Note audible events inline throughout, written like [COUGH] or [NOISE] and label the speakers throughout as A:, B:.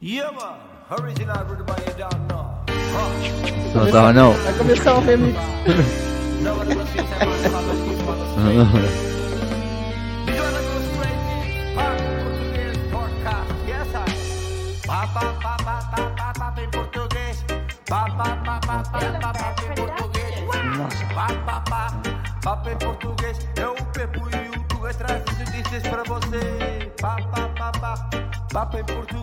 A: Yeah, man. Hurry till I run by you down now. Huh.
B: Não tava não.
C: Vai começar o remix.
A: Now I don't see that man. Follow me, follow me. We're gonna go straight in. Huh. Go to this podcast. Yes, I. Ba, ba, ba, ba, ba, ba, ba, em português. Ba, ba, ba, ba, ba, ba, ba, em português. Ba, ba, ba, ba, ba, em português. Eu, o Pepo e o Tu, eu traz isso e dizes pra você. Ba, ba, ba, ba, ba, em português.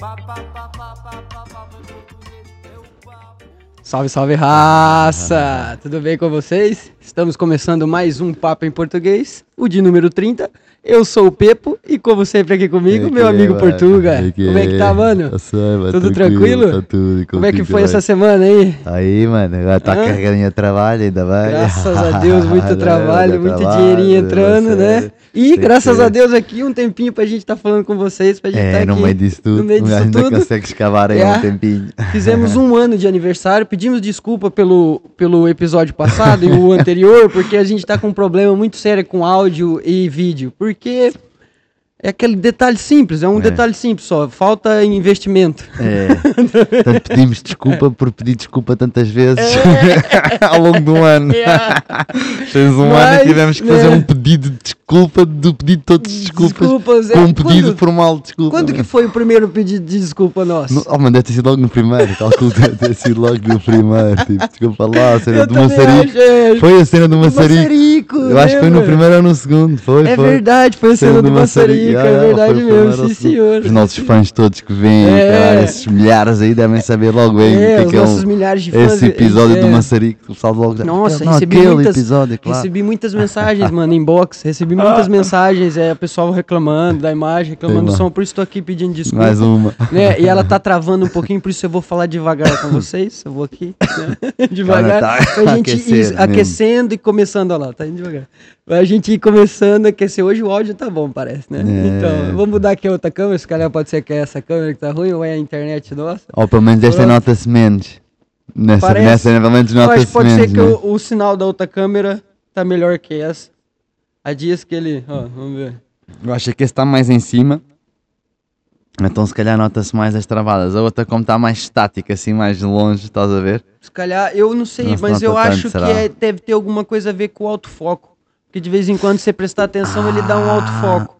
A: Ba, ba, ba, ba, ba, ba, ba, em português. Eu, papo.
C: Salve, salve raça! Tudo bem com vocês? Estamos começando mais um Papo em Português, o de número 30. Eu sou o Pepo e, como sempre, aqui comigo,
B: E
C: meu
B: que,
C: amigo
B: mano?
C: Portuga.
B: E que?
C: Como é que tá, mano?
B: Tá suave,
C: Tudo tranquilo?
B: Tá tudo,
C: Como é que foi
B: vai.
C: essa semana aí?
B: Aí, mano, agora tá
C: Hã?
B: carregadinha de trabalho, ainda vai.
C: Graças
B: [LAUGHS]
C: a Deus, muito trabalho, muito
B: trabalho,
C: dinheirinho entrando, né?
B: você- é
C: E
B: tem que
C: graças
B: ser.
C: a Deus aqui um tempinho pra gente estar falando com vocês, pra gente estar
B: É,
C: tá aqui.
B: no meio disso tudo,
C: no meio disso
B: a gente ainda
C: tudo.
B: consegue escavar aí
C: É.
B: um tempinho.
C: Fizemos um ano de aniversário, pedimos desculpa pelo, pelo episódio passado e [LAUGHS] o anterior, porque a gente tá com um problema muito sério com áudio e vídeo. Porque é aquele detalhe simples, é um
B: É.
C: detalhe simples só, falta [LAUGHS] investimento.
B: É. Portanto, pedimos desculpa por pedir desculpa tantas vezes [LAUGHS] ao longo do ano. Fez um ano
C: É. Mas,
B: e tivemos que fazer
C: né?
B: um pedido de desculpa do pedido de todas as desculpas.
C: Desculpas, é,
B: Com um pedido
C: quando-
B: formal de desculpa.
C: Quando que foi o primeiro pedido de desculpa nosso?
B: No, oh, mano, deve ter sido logo no primeiro. Calculo que deve ter sido logo no primeiro. Tipo, desculpa lá, a cena
C: Eu
B: do
C: também
B: maçarico.
C: acho, é,
B: Foi a cena do
C: do
B: maçarico.
C: Maçarico,
B: Eu acho que foi no
C: lembra?
B: primeiro ou no segundo. Foi,
C: É
B: foi.
C: verdade, foi a cena do Maçarico, é
B: ah,
C: verdade
B: foi o primeiro
C: mesmo,
B: ou
C: sim
B: o segundo.
C: senhor.
B: Os nossos fãs todos que vêm,
C: É.
B: cara, esses milhares aí devem saber logo bem o
C: É,
B: que é
C: os
B: que é um-
C: nossos milhares de fãs.
B: esse episódio
C: é.
B: do maçarico. O pessoal logo já-
C: Nossa,
B: não,
C: recebi
B: aquele
C: muitas-
B: episódio, claro.
C: Recebi muitas mensagens, mano, inbox. Recebi
B: [LAUGHS]
C: muitas mensagens, é, o pessoal reclamando da imagem, reclamando do
B: Sei lá.
C: som. Por isso tô aqui pedindo desculpa.
B: Mais um. uma.
C: Né? E ela tá travando um pouquinho, por isso eu vou falar devagar com vocês. Eu vou aqui, né?
B: [LAUGHS]
C: devagar.
B: tá
C: pra gente ir
B: aquecendo mesmo.
C: aquecendo e começando, olha lá, tá indo devagar. Pra gente ir começando a aquecer. Hoje o áudio tá bom, parece, né?
B: É.
C: Então, eu vou mudar aqui a outra câmera, se calhar pode ser que é essa câmera que tá ruim ou é a internet nossa.
B: Ou pelo menos esta
C: Pronto.
B: nota-se menos. Nessa,
C: Parece.
B: nessa pelo menos
C: Eu acho
B: nota-se
C: que pode
B: menos.
C: ser que
B: né?
C: o, o sinal da outra câmera tá melhor que essa. Há dias que ele. Ó, vamos ver.
B: Eu acho que esse está mais em cima. Então se calhar nota-se mais as travadas. A outra como está mais estática, assim mais longe, estás a ver?
C: Se calhar, eu não sei,
B: Nossa,
C: mas
B: não
C: eu
B: tá tanto,
C: acho
B: será?
C: que é- deve ter alguma coisa a ver com o autofoco. Porque de vez em quando, se você prestar atenção, ele dá um autofoco.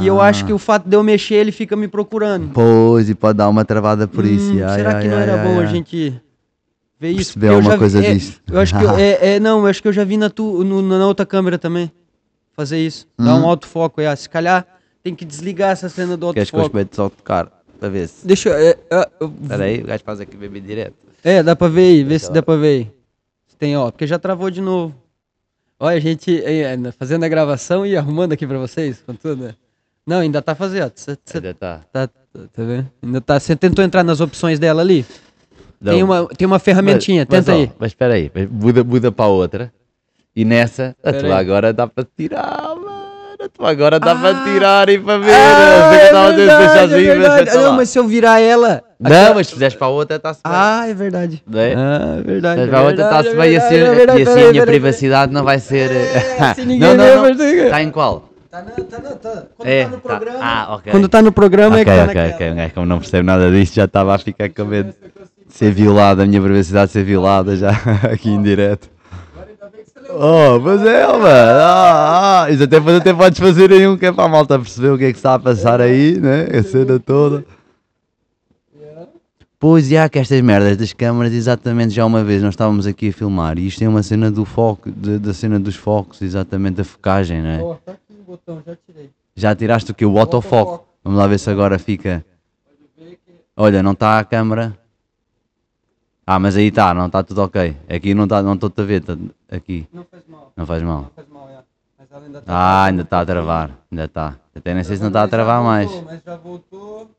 C: E eu acho
B: Ah.
C: que o fato de eu mexer, ele fica me procurando.
B: Pois, e pode dar uma travada por isso.
C: Hum,
B: Ya,
C: será
B: ya,
C: que não
B: ya,
C: era então?
B: ya,
C: bom
B: ya.
C: a gente ver isso?
B: Perceber
C: Porque eu
B: alguma
C: já vi-
B: coisa
C: é,
B: disto.
C: Eu acho
B: [LAUGHS]
C: que eu, é, é, não, eu acho que eu já vi na, tu, no- na outra câmera também fazer isso. Dar
B: Hum?
C: um autofoco. É, se calhar tem que desligar essa cena do
B: Queres que eu
C: autofoco.
B: espelho só tocar? Para ver se.
C: Deixa eu. É, é, eu-
B: Espera aí, o gajo faz aqui bebê direto.
C: é, dá pra ver aí, vê se dá pra ver aí. Se tem, ó, porque já travou de novo. Olha, a gente é, é, fazendo a gravação e arrumando aqui pra vocês, com tudo. né? Não, ainda tá fazendo. Você
B: Ainda tá.
C: tá, tá vendo? Ainda tá. Você tentou entrar nas opções dela ali?
B: Dá
C: Tem
B: um-
C: uma, tem uma ferramentinha,
B: Mas-
C: tenta
B: mas, ó,
C: aí.
B: Mas espera aí, mas muda, muda para outra. E nessa, a
C: Espera
B: tua
C: aí.
B: agora dá para tirar, mano. A tua agora dá para
C: Ah.
B: tirar e para ver.
C: Ah,
B: Eu sei que eu tava a dizer
C: verdade, é
B: sozinho, mas
C: verdade.
B: deixa é lá.
C: Não, mas se eu virar ela.
B: Não, mas se fizeres para a outra, está-se bem.
C: Ah, é verdade.
B: Né?
C: Ah, é verdade.
B: Se
C: é
B: fizeres para a outra,
C: verdade,
B: está-se
C: é
B: bem e assim,
C: verdade, é verdade.
B: e assim
C: Peraí,
B: a minha
C: peraí,
B: privacidade não vai ser. eh,
C: É,
B: [LAUGHS]
C: assim ninguém
B: não,
C: vê,
B: não,
C: mas
B: não.
C: ninguém-
B: Está em qual?
C: Tá na- tá na- tá. Quando
B: É,
C: tá no
B: tá-
C: programa.
B: Ah, ok.
C: Quando tá no programa
B: Ok,
C: é que tá
B: ok,
C: naquela.
B: ok. Um gajo, como não percebe nada disto, já estava a ficar com medo de ser violado, a minha privacidade ser violada já [LAUGHS] aqui em direto. Oh, mas é, mano. Ah, ah, isso até, depois até podes fazer aí um que é para a malta perceber o que é que está a passar aí, né? A cena toda. Pois, já que estas merdas das câmaras, exatamente, já uma vez nós estávamos aqui a filmar e isto é uma cena do foco, de- da cena dos focos, exatamente, a focagem, não é?
C: Ó, tá aqui o botão, já tirei.
B: Já tiraste o que? O autofoco. Vamos lá ver se agora fica. Olha, não está a câmera. Ah, mas aí está, não está tudo ok. Aqui não está, não estou-te a ver. tá- aqui,
C: Não faz mal,
B: não faz mal.
C: não faz mal, é. Mas ela ainda
B: Ah, ainda está a travar. Ainda está. Até nem sei se não está a travar mais.
C: Mas já voltou.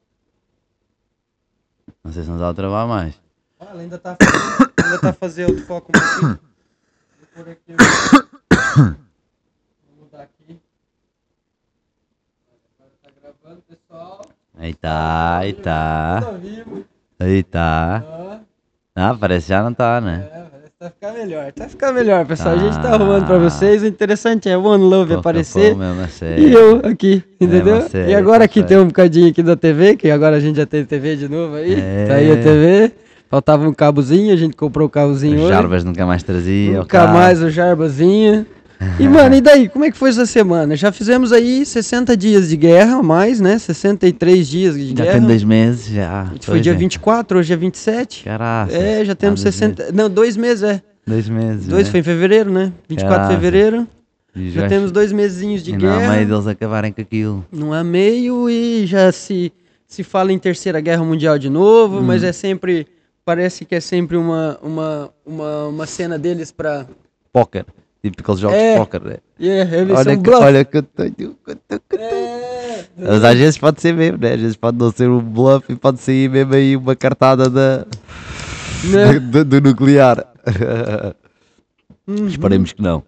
B: Não sei se não está a travar mais.
C: Ah, ela ainda tá fazendo, ainda tá fazendo outro foco um pouquinho. Vou por aqui. [COUGHS] Vou mudar aqui. Agora tá gravando, pessoal.
B: Aí está, aí está.
C: Tá vivo.
B: Aí está.
C: Tá.
B: Ah, parece que já não está, né?
C: É, parece Vai ficar melhor, vai ficar melhor, pessoal. a gente tá arrumando
B: Ah.
C: pra vocês. O interessante é One Love
B: Pouco a
C: aparecer.
B: pouco, mesmo, é sério.
C: E eu aqui, entendeu?
B: mas é,
C: e agora
B: tá
C: aqui
B: certo.
C: tem um bocadinho aqui da TV, que agora a gente já tem TV de novo aí.
B: É.
C: Tá aí a TV. Faltava um cabozinho, a gente comprou o cabozinho
B: O
C: hoje.
B: Jarbas nunca mais trazia. o
C: Nunca
B: cara.
C: mais o Jarbazinho.
B: [LAUGHS]
C: E, mano, e daí? Como é que foi essa semana? Já fizemos aí 60 dias de guerra, mais, né? 63 dias de
B: Já
C: guerra.
B: tem dois meses, já.
C: Foi
B: Pois
C: dia
B: é.
C: 24, hoje é 27.
B: Caraca.
C: é, já temos
B: há dois
C: 60. Não, dois meses, é.
B: meses- Dois meses.
C: Dois
B: né?
C: foi em fevereiro, né? 24
B: Caraca.
C: de fevereiro.
B: E
C: Já
B: os
C: temos dois mesinhos de
B: E não há
C: guerra.
B: meio deles acabarem com aquilo.
C: Não há meio e já se, se fala em Terceira Guerra Mundial de
B: Hum.
C: novo, mas é sempre. Parece que é sempre uma, uma, uma, uma cena deles pra.
B: Póquer. Tipo aqueles jogos
C: É.
B: de póquer. né?
C: Yeah, eles
B: Olha
C: são
B: que,
C: um bluff.
B: olha que eu tenho. que eu tenho- que eu tenho.
C: É.
B: Mas às vezes pode ser mesmo, né? Às vezes pode não ser um bluff e pode sair mesmo aí uma cartada da, [LAUGHS]
C: Né?
B: do, do nuclear. [LAUGHS]
C: Hum.
B: Esperemos que não.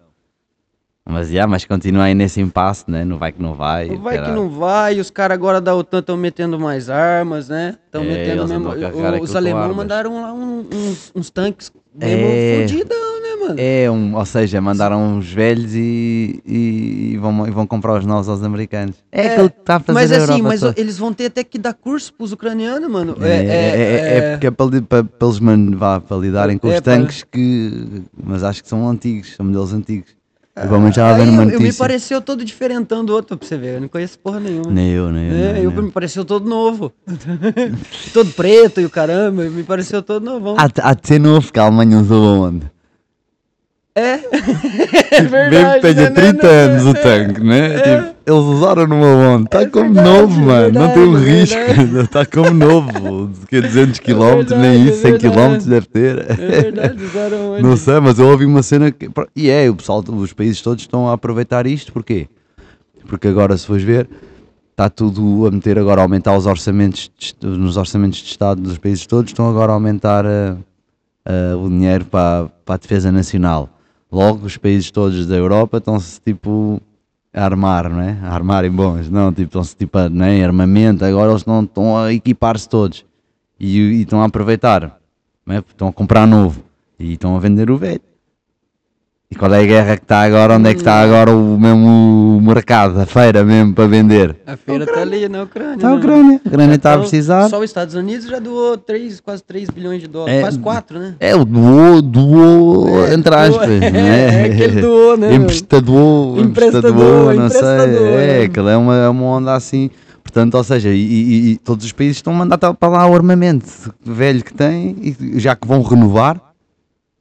B: Mas, yeah, mas continua aí nesse impasse, né? Não vai que não vai.
C: Não vai que
B: caralho.
C: não vai, os caras agora da OTAN estão metendo mais armas, né? Estão
B: É,
C: metendo
B: eles andam
C: mesmo.
B: a carregar
C: o- Os
B: aquilo com
C: alemães
B: armas.
C: mandaram lá um- uns, uns tanques
B: É.
C: mesmo fudidão, né, mano?
B: É, um, ou seja, mandaram os velhos e, e, e vão, e vão comprar os novos aos americanos. É, aquilo que está a fazer
C: Mas
B: a
C: assim,
B: Europa
C: mas
B: toda.
C: eles vão ter até que dar curso pros ucranianos, mano.
B: É, é, é, é porque é para, li- para, para eles man- vá, para lidarem com
C: É,
B: os
C: para-
B: tanques que. Mas acho que são antigos, são modelos antigos. Eu pelo menos já estava
C: Aí
B: vendo uma
C: Ah, eu, eu me
B: notícia.
C: pareceu todo diferentão do outro, pra você ver. Eu não conheço porra nenhuma.
B: Nem eu, nem eu.
C: É,
B: nem
C: eu
B: nem.
C: me pareceu todo novo. [LAUGHS] todo preto e o caramba, me pareceu todo novão.
B: Há, de- há de ser novo que a Alemanha usou onde?
C: É. [LAUGHS] é
B: Mesmo que
C: verdade.
B: tenha
C: né,
B: 30
C: né,
B: anos o tanque, né? Tipo, eles usaram numa onde? Está como
C: verdade,
B: novo,
C: é
B: mano. Não tem um
C: verdade, é
B: risco. [LAUGHS] Está como novo. Que 200 km, nem
C: verdade, é
B: isso, 100
C: verdade.
B: km deve ter.
C: É
B: [LAUGHS]
C: verdade, usaram
B: Não
C: antes.
B: sei, mas eu ouvi uma cena que. pro- E é, o pessoal, os países todos estão a aproveitar isto, porquê? Porque agora, se fores ver, está tudo a meter agora a aumentar os orçamentos, de est- nos orçamentos de Estado dos países todos, estão agora a aumentar eh, eh, o dinheiro para, para a defesa nacional. Logo, os países todos da Europa estão-se tipo a armar, não é? A armarem bons, não, tipo, estão-se tipo a, não é? armamento, agora eles estão, estão a equipar-se todos e, e estão a aproveitar, não é? Porque estão a comprar novo e estão a vender o velho. E qual é a guerra que está agora? Onde é que está agora o mesmo mercado, a feira mesmo para vender?
C: A feira tá ali na Ucrânia.
B: Está a
C: né?
B: Ucrânia, a Ucrânia está a
C: Então,
B: precisar.
C: Só os Estados Unidos já doou 3, quase 3 bilhões de dólares.
B: É.
C: quase 4, né?
B: É, o doou, doou,
C: É,
B: entre
C: doou-
B: aspas.
C: é,
B: né?
C: [LAUGHS] é aquele
B: [LAUGHS]
C: doou, né, meu?
B: Empresta doou,
C: Empresta
B: empresta
C: doou,
B: doou, não
C: empresta
B: sei.
C: doou,
B: É,
C: é.
B: aquilo é uma, é uma onda assim. Portanto, ou seja, e, e- e todos os países estão a mandar ta- para lá o armamento velho que têm, e já que vão renovar,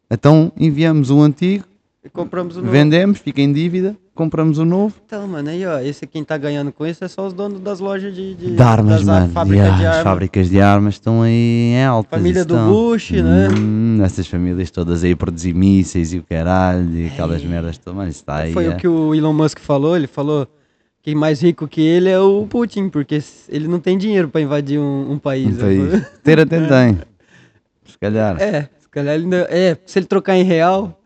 B: então enviamos o antigo,
C: E compramos o novo.
B: vendemos, fica em dívida, compramos o novo.
C: Então, mano, aí ó, esse quem tá ganhando com isso é só os donos das lojas de, de
B: de armas,
C: das a-
B: mano.
C: fábrica
B: Yeah,
C: de
B: as
C: armas.
B: fábricas de armas estão aí em alta.
C: Família do Bush, né?
B: Hum, essas famílias todas aí a produzir mísseis e o caralho e aquelas merdas todas. Mas está aí.
C: Foi
B: é.
C: o que o Elon Musk falou, ele falou que mais rico que ele é o Putin, porque s- ele não tem dinheiro pra invadir um, um país.
B: Um país. Ter até tem. Se calhar.
C: [LAUGHS] É, se calhar ele ainda- É, se ele trocar em real,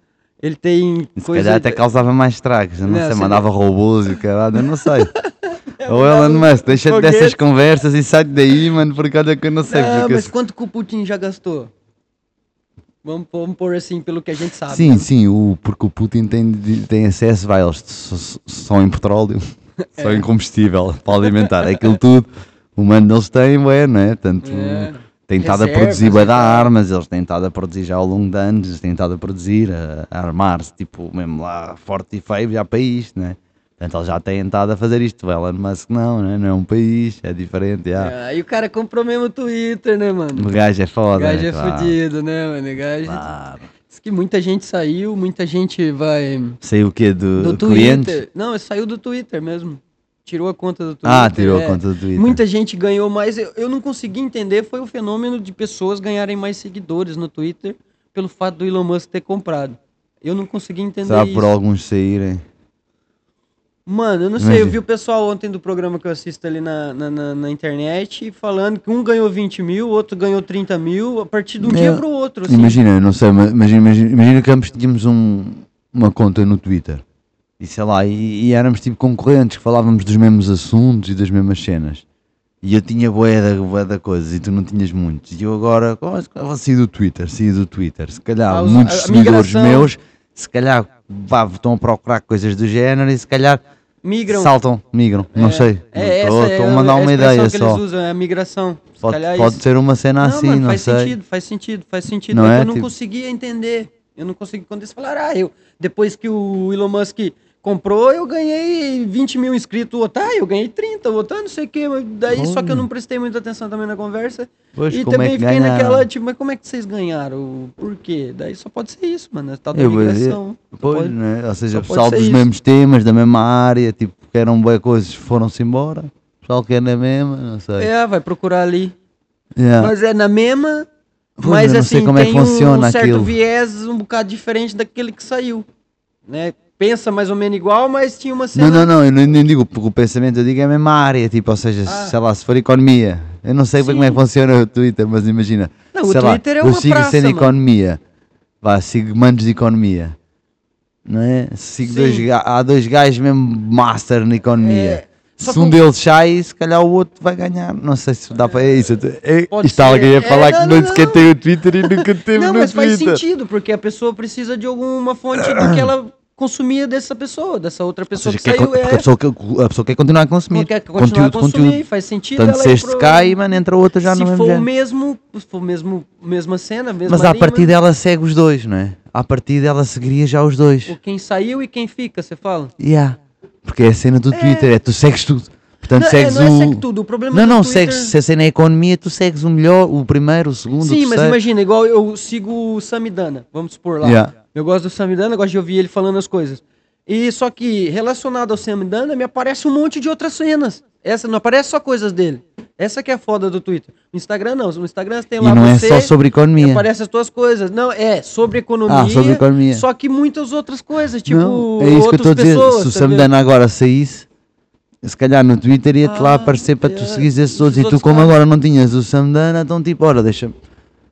C: ele tem
B: Se calhar até causava mais estragos, eu não,
C: Não,
B: sei,
C: se-
B: mandava robôs e o caralho, eu não
C: [LAUGHS]
B: sei. É Ou Elon Musk, deixa-te
C: foguete.
B: dessas conversas e sai daí, mano, porque olha que eu não sei.
C: Ah,
B: porque
C: mas
B: se-
C: quanto que o Putin já gastou? Vamos, pôr- vamos pôr assim, pelo que a gente sabe.
B: Sim, sim, o, porque o Putin tem, de- tem acesso, vai, eles só, só em
C: [LAUGHS]
B: petróleo, só
C: É.
B: em combustível para alimentar, aquilo tudo. O mano deles tem, ué, não é? Portanto,
C: É.
B: tem estado a
C: Reservas
B: produzir
C: e
B: bué de
C: tal.
B: armas, eles têm estado a produzir já ao longo de anos, eles têm estado a produzir, a, a armar-se, tipo, mesmo lá, forte e feio, já para isto, não é? Portanto, eles já têm estado a fazer isto, o Elon Musk não, não é? Não é um país, é diferente, já.
C: Aí o cara comprou mesmo o Twitter, né, mano?
B: O gajo é
C: O
B: foda,
C: gajo
B: né?
C: é
B: Claro,
C: fudido, né, mano? O gajo...
B: claro.
C: Diz que muita gente saiu, muita gente vai...
B: Sei o quê? Do,
C: Do
B: cliente?
C: Twitter. Não, saiu do Twitter mesmo. Tirou a conta do Twitter.
B: Ah, tirou
C: é.
B: a conta do Twitter.
C: Muita gente ganhou mais. Eu, eu não consegui entender. Foi o fenômeno de pessoas ganharem mais seguidores no Twitter pelo fato do Elon Musk ter comprado. Eu não consegui entender
B: Será
C: isso.
B: por alguns saírem?
C: Mano, eu não sei, eu
B: Imagina.
C: vi o pessoal ontem do programa que eu assisto ali na, na, na- na internet falando que um ganhou 20 mil, outro ganhou 30 mil, a partir de um
B: É,
C: dia pro outro, assim.
B: Imagina, eu não sei, mas imagina, imagina, imagina que ambos tínhamos um- uma conta no Twitter e sei lá, e, e éramos tipo concorrentes, que falávamos dos mesmos assuntos e das mesmas cenas. E eu tinha boia da, bué da coisas e tu não tinhas muitos. E eu agora, como é que eu saí do Twitter? Saí do Twitter. Se calhar
C: Ah, os-
B: muitos
C: a- a
B: seguidores
C: migração.
B: meus, se calhar vá, estão a procurar coisas do género e se calhar
C: Migram.
B: saltam, migram. Não sei.
C: É,
B: Estou
C: essa é
B: estou a mandar uma
C: expressão
B: ideia
C: que
B: só.
C: eles usam, é a migração. Se
B: Pode,
C: calhar é
B: pode
C: isso.
B: ser uma cena assim,
C: mano,
B: não
C: faz
B: sei.
C: sentido, faz sentido, faz sentido.
B: Não
C: mas
B: é,
C: eu não
B: tipo-
C: conseguia entender. Eu não consegui. Quando eles falaram, ah, eu. Depois que o Elon Musk comprou, eu ganhei 20 mil inscritos, o Otávio, eu ganhei 30, o Otávio, não sei o quê. mas Daí, só que eu não prestei muita atenção também na conversa.
B: Pois,
C: e
B: como
C: também
B: é que
C: fiquei
B: ganha?
C: naquela, tipo, mas como é que vocês ganharam? Por quê? Daí só pode ser isso, mano. Tá da
B: Eu- eu-
C: migração. Só
B: Pois,
C: pode-
B: né? Ou seja,
C: só
B: o
C: pode
B: pessoal
C: ser
B: dos
C: isso.
B: mesmos temas, da mesma área, tipo, que eram boas coisas, foram-se embora. O pessoal que é na mesma, não sei.
C: É, vai procurar ali.
B: Yeah.
C: Mas é na mesma.
B: Ah. Pois, eu
C: mas
B: não
C: assim,
B: sei como é que
C: tem
B: funciona
C: um certo
B: aquilo.
C: viés um bocado diferente daquele que saiu. Né? Pensa mais ou menos igual, mas tinha uma cena.
B: Não, não, não, eu nem nem digo porque o pensamento, eu digo é a mesma área, tipo, ou seja,
C: Ah.
B: sei lá, se for economia, eu não sei bem como é que funciona o Twitter, mas imagina,
C: Não, o
B: sei lá,
C: Twitter é
B: eu
C: uma
B: sigo
C: praça,
B: sendo
C: mano.
B: economia, vá, sigo manos de economia, não é? Sigo
C: Sim.
B: dois, ga- há dois gajos mesmo master na economia.
C: É, só
B: Se um
C: que-
B: deles sai, se calhar o outro vai ganhar. Não sei se dá para é isso. eu tô- é-
C: Pode
B: Está
C: ser.
B: alguém a
C: É,
B: falar
C: não,
B: que
C: não,
B: não sequer
C: não.
B: tem o Twitter e
C: [LAUGHS]
B: nunca teve
C: Não,
B: no
C: mas faz
B: Twitter.
C: sentido, porque a pessoa precisa de alguma fonte do que ela consumia dessa pessoa, dessa outra
B: Ou
C: pessoa
B: seja,
C: que
B: quer con-
C: saiu.
B: porque a
C: É,
B: pessoa, quer- a pessoa quer continuar a consumir.
C: quer continuar a
B: conteúdo,
C: consumir,
B: conteúdo.
C: faz sentido.
B: Portanto,
C: ela
B: se
C: ir
B: este
C: pro-
B: cai, mano, entra outro já
C: se
B: no mesmo
C: for o
B: género.
C: mesmo, se for o mesmo, mesma cena, mesma
B: Mas à
C: linha,
B: partida ela segue os dois, não é? À partida ela seguiria já os dois.
C: o quem saiu e quem fica, você fala?
B: Yeah. Porque é a cena do Twitter, é tu segues tudo. Portanto,
C: Não, é,
B: segues
C: não é
B: o.
C: segue tudo, o problema
B: não,
C: do
B: não,
C: Twitter-
B: segues. Se a cena é economia, tu segues o melhor, o primeiro, o segundo,
C: Sim,
B: o
C: mas
B: terceiro.
C: imagina, igual eu sigo o Samidana, vamos supor lá.
B: Yeah.
C: Eu gosto do Samidana, gosto de ouvir ele falando as coisas. E só que relacionado ao Samidana, me aparece um monte de outras cenas. Essa não aparece só coisas dele. Essa que é a foda do Twitter. No Instagram não, no Instagram você tem lá
B: e não
C: você,
B: é só sobre economia.
C: aparece as tuas coisas. Não, é sobre economia.
B: Ah, sobre economia.
C: Só que muitas outras coisas, tipo
B: Não, é isso que eu
C: outras
B: estou a dizer.
C: pessoas,
B: Se o
C: tá vendo?
B: Samdana agora saísse, se calhar no Twitter ia-te lá
C: Ah,
B: aparecer para
C: é,
B: tu seguires esses
C: esses
B: todos. E tu,
C: outros
B: como
C: caras.
B: agora não tinhas o Samdana, então tipo, ora, deixa.
C: [LAUGHS]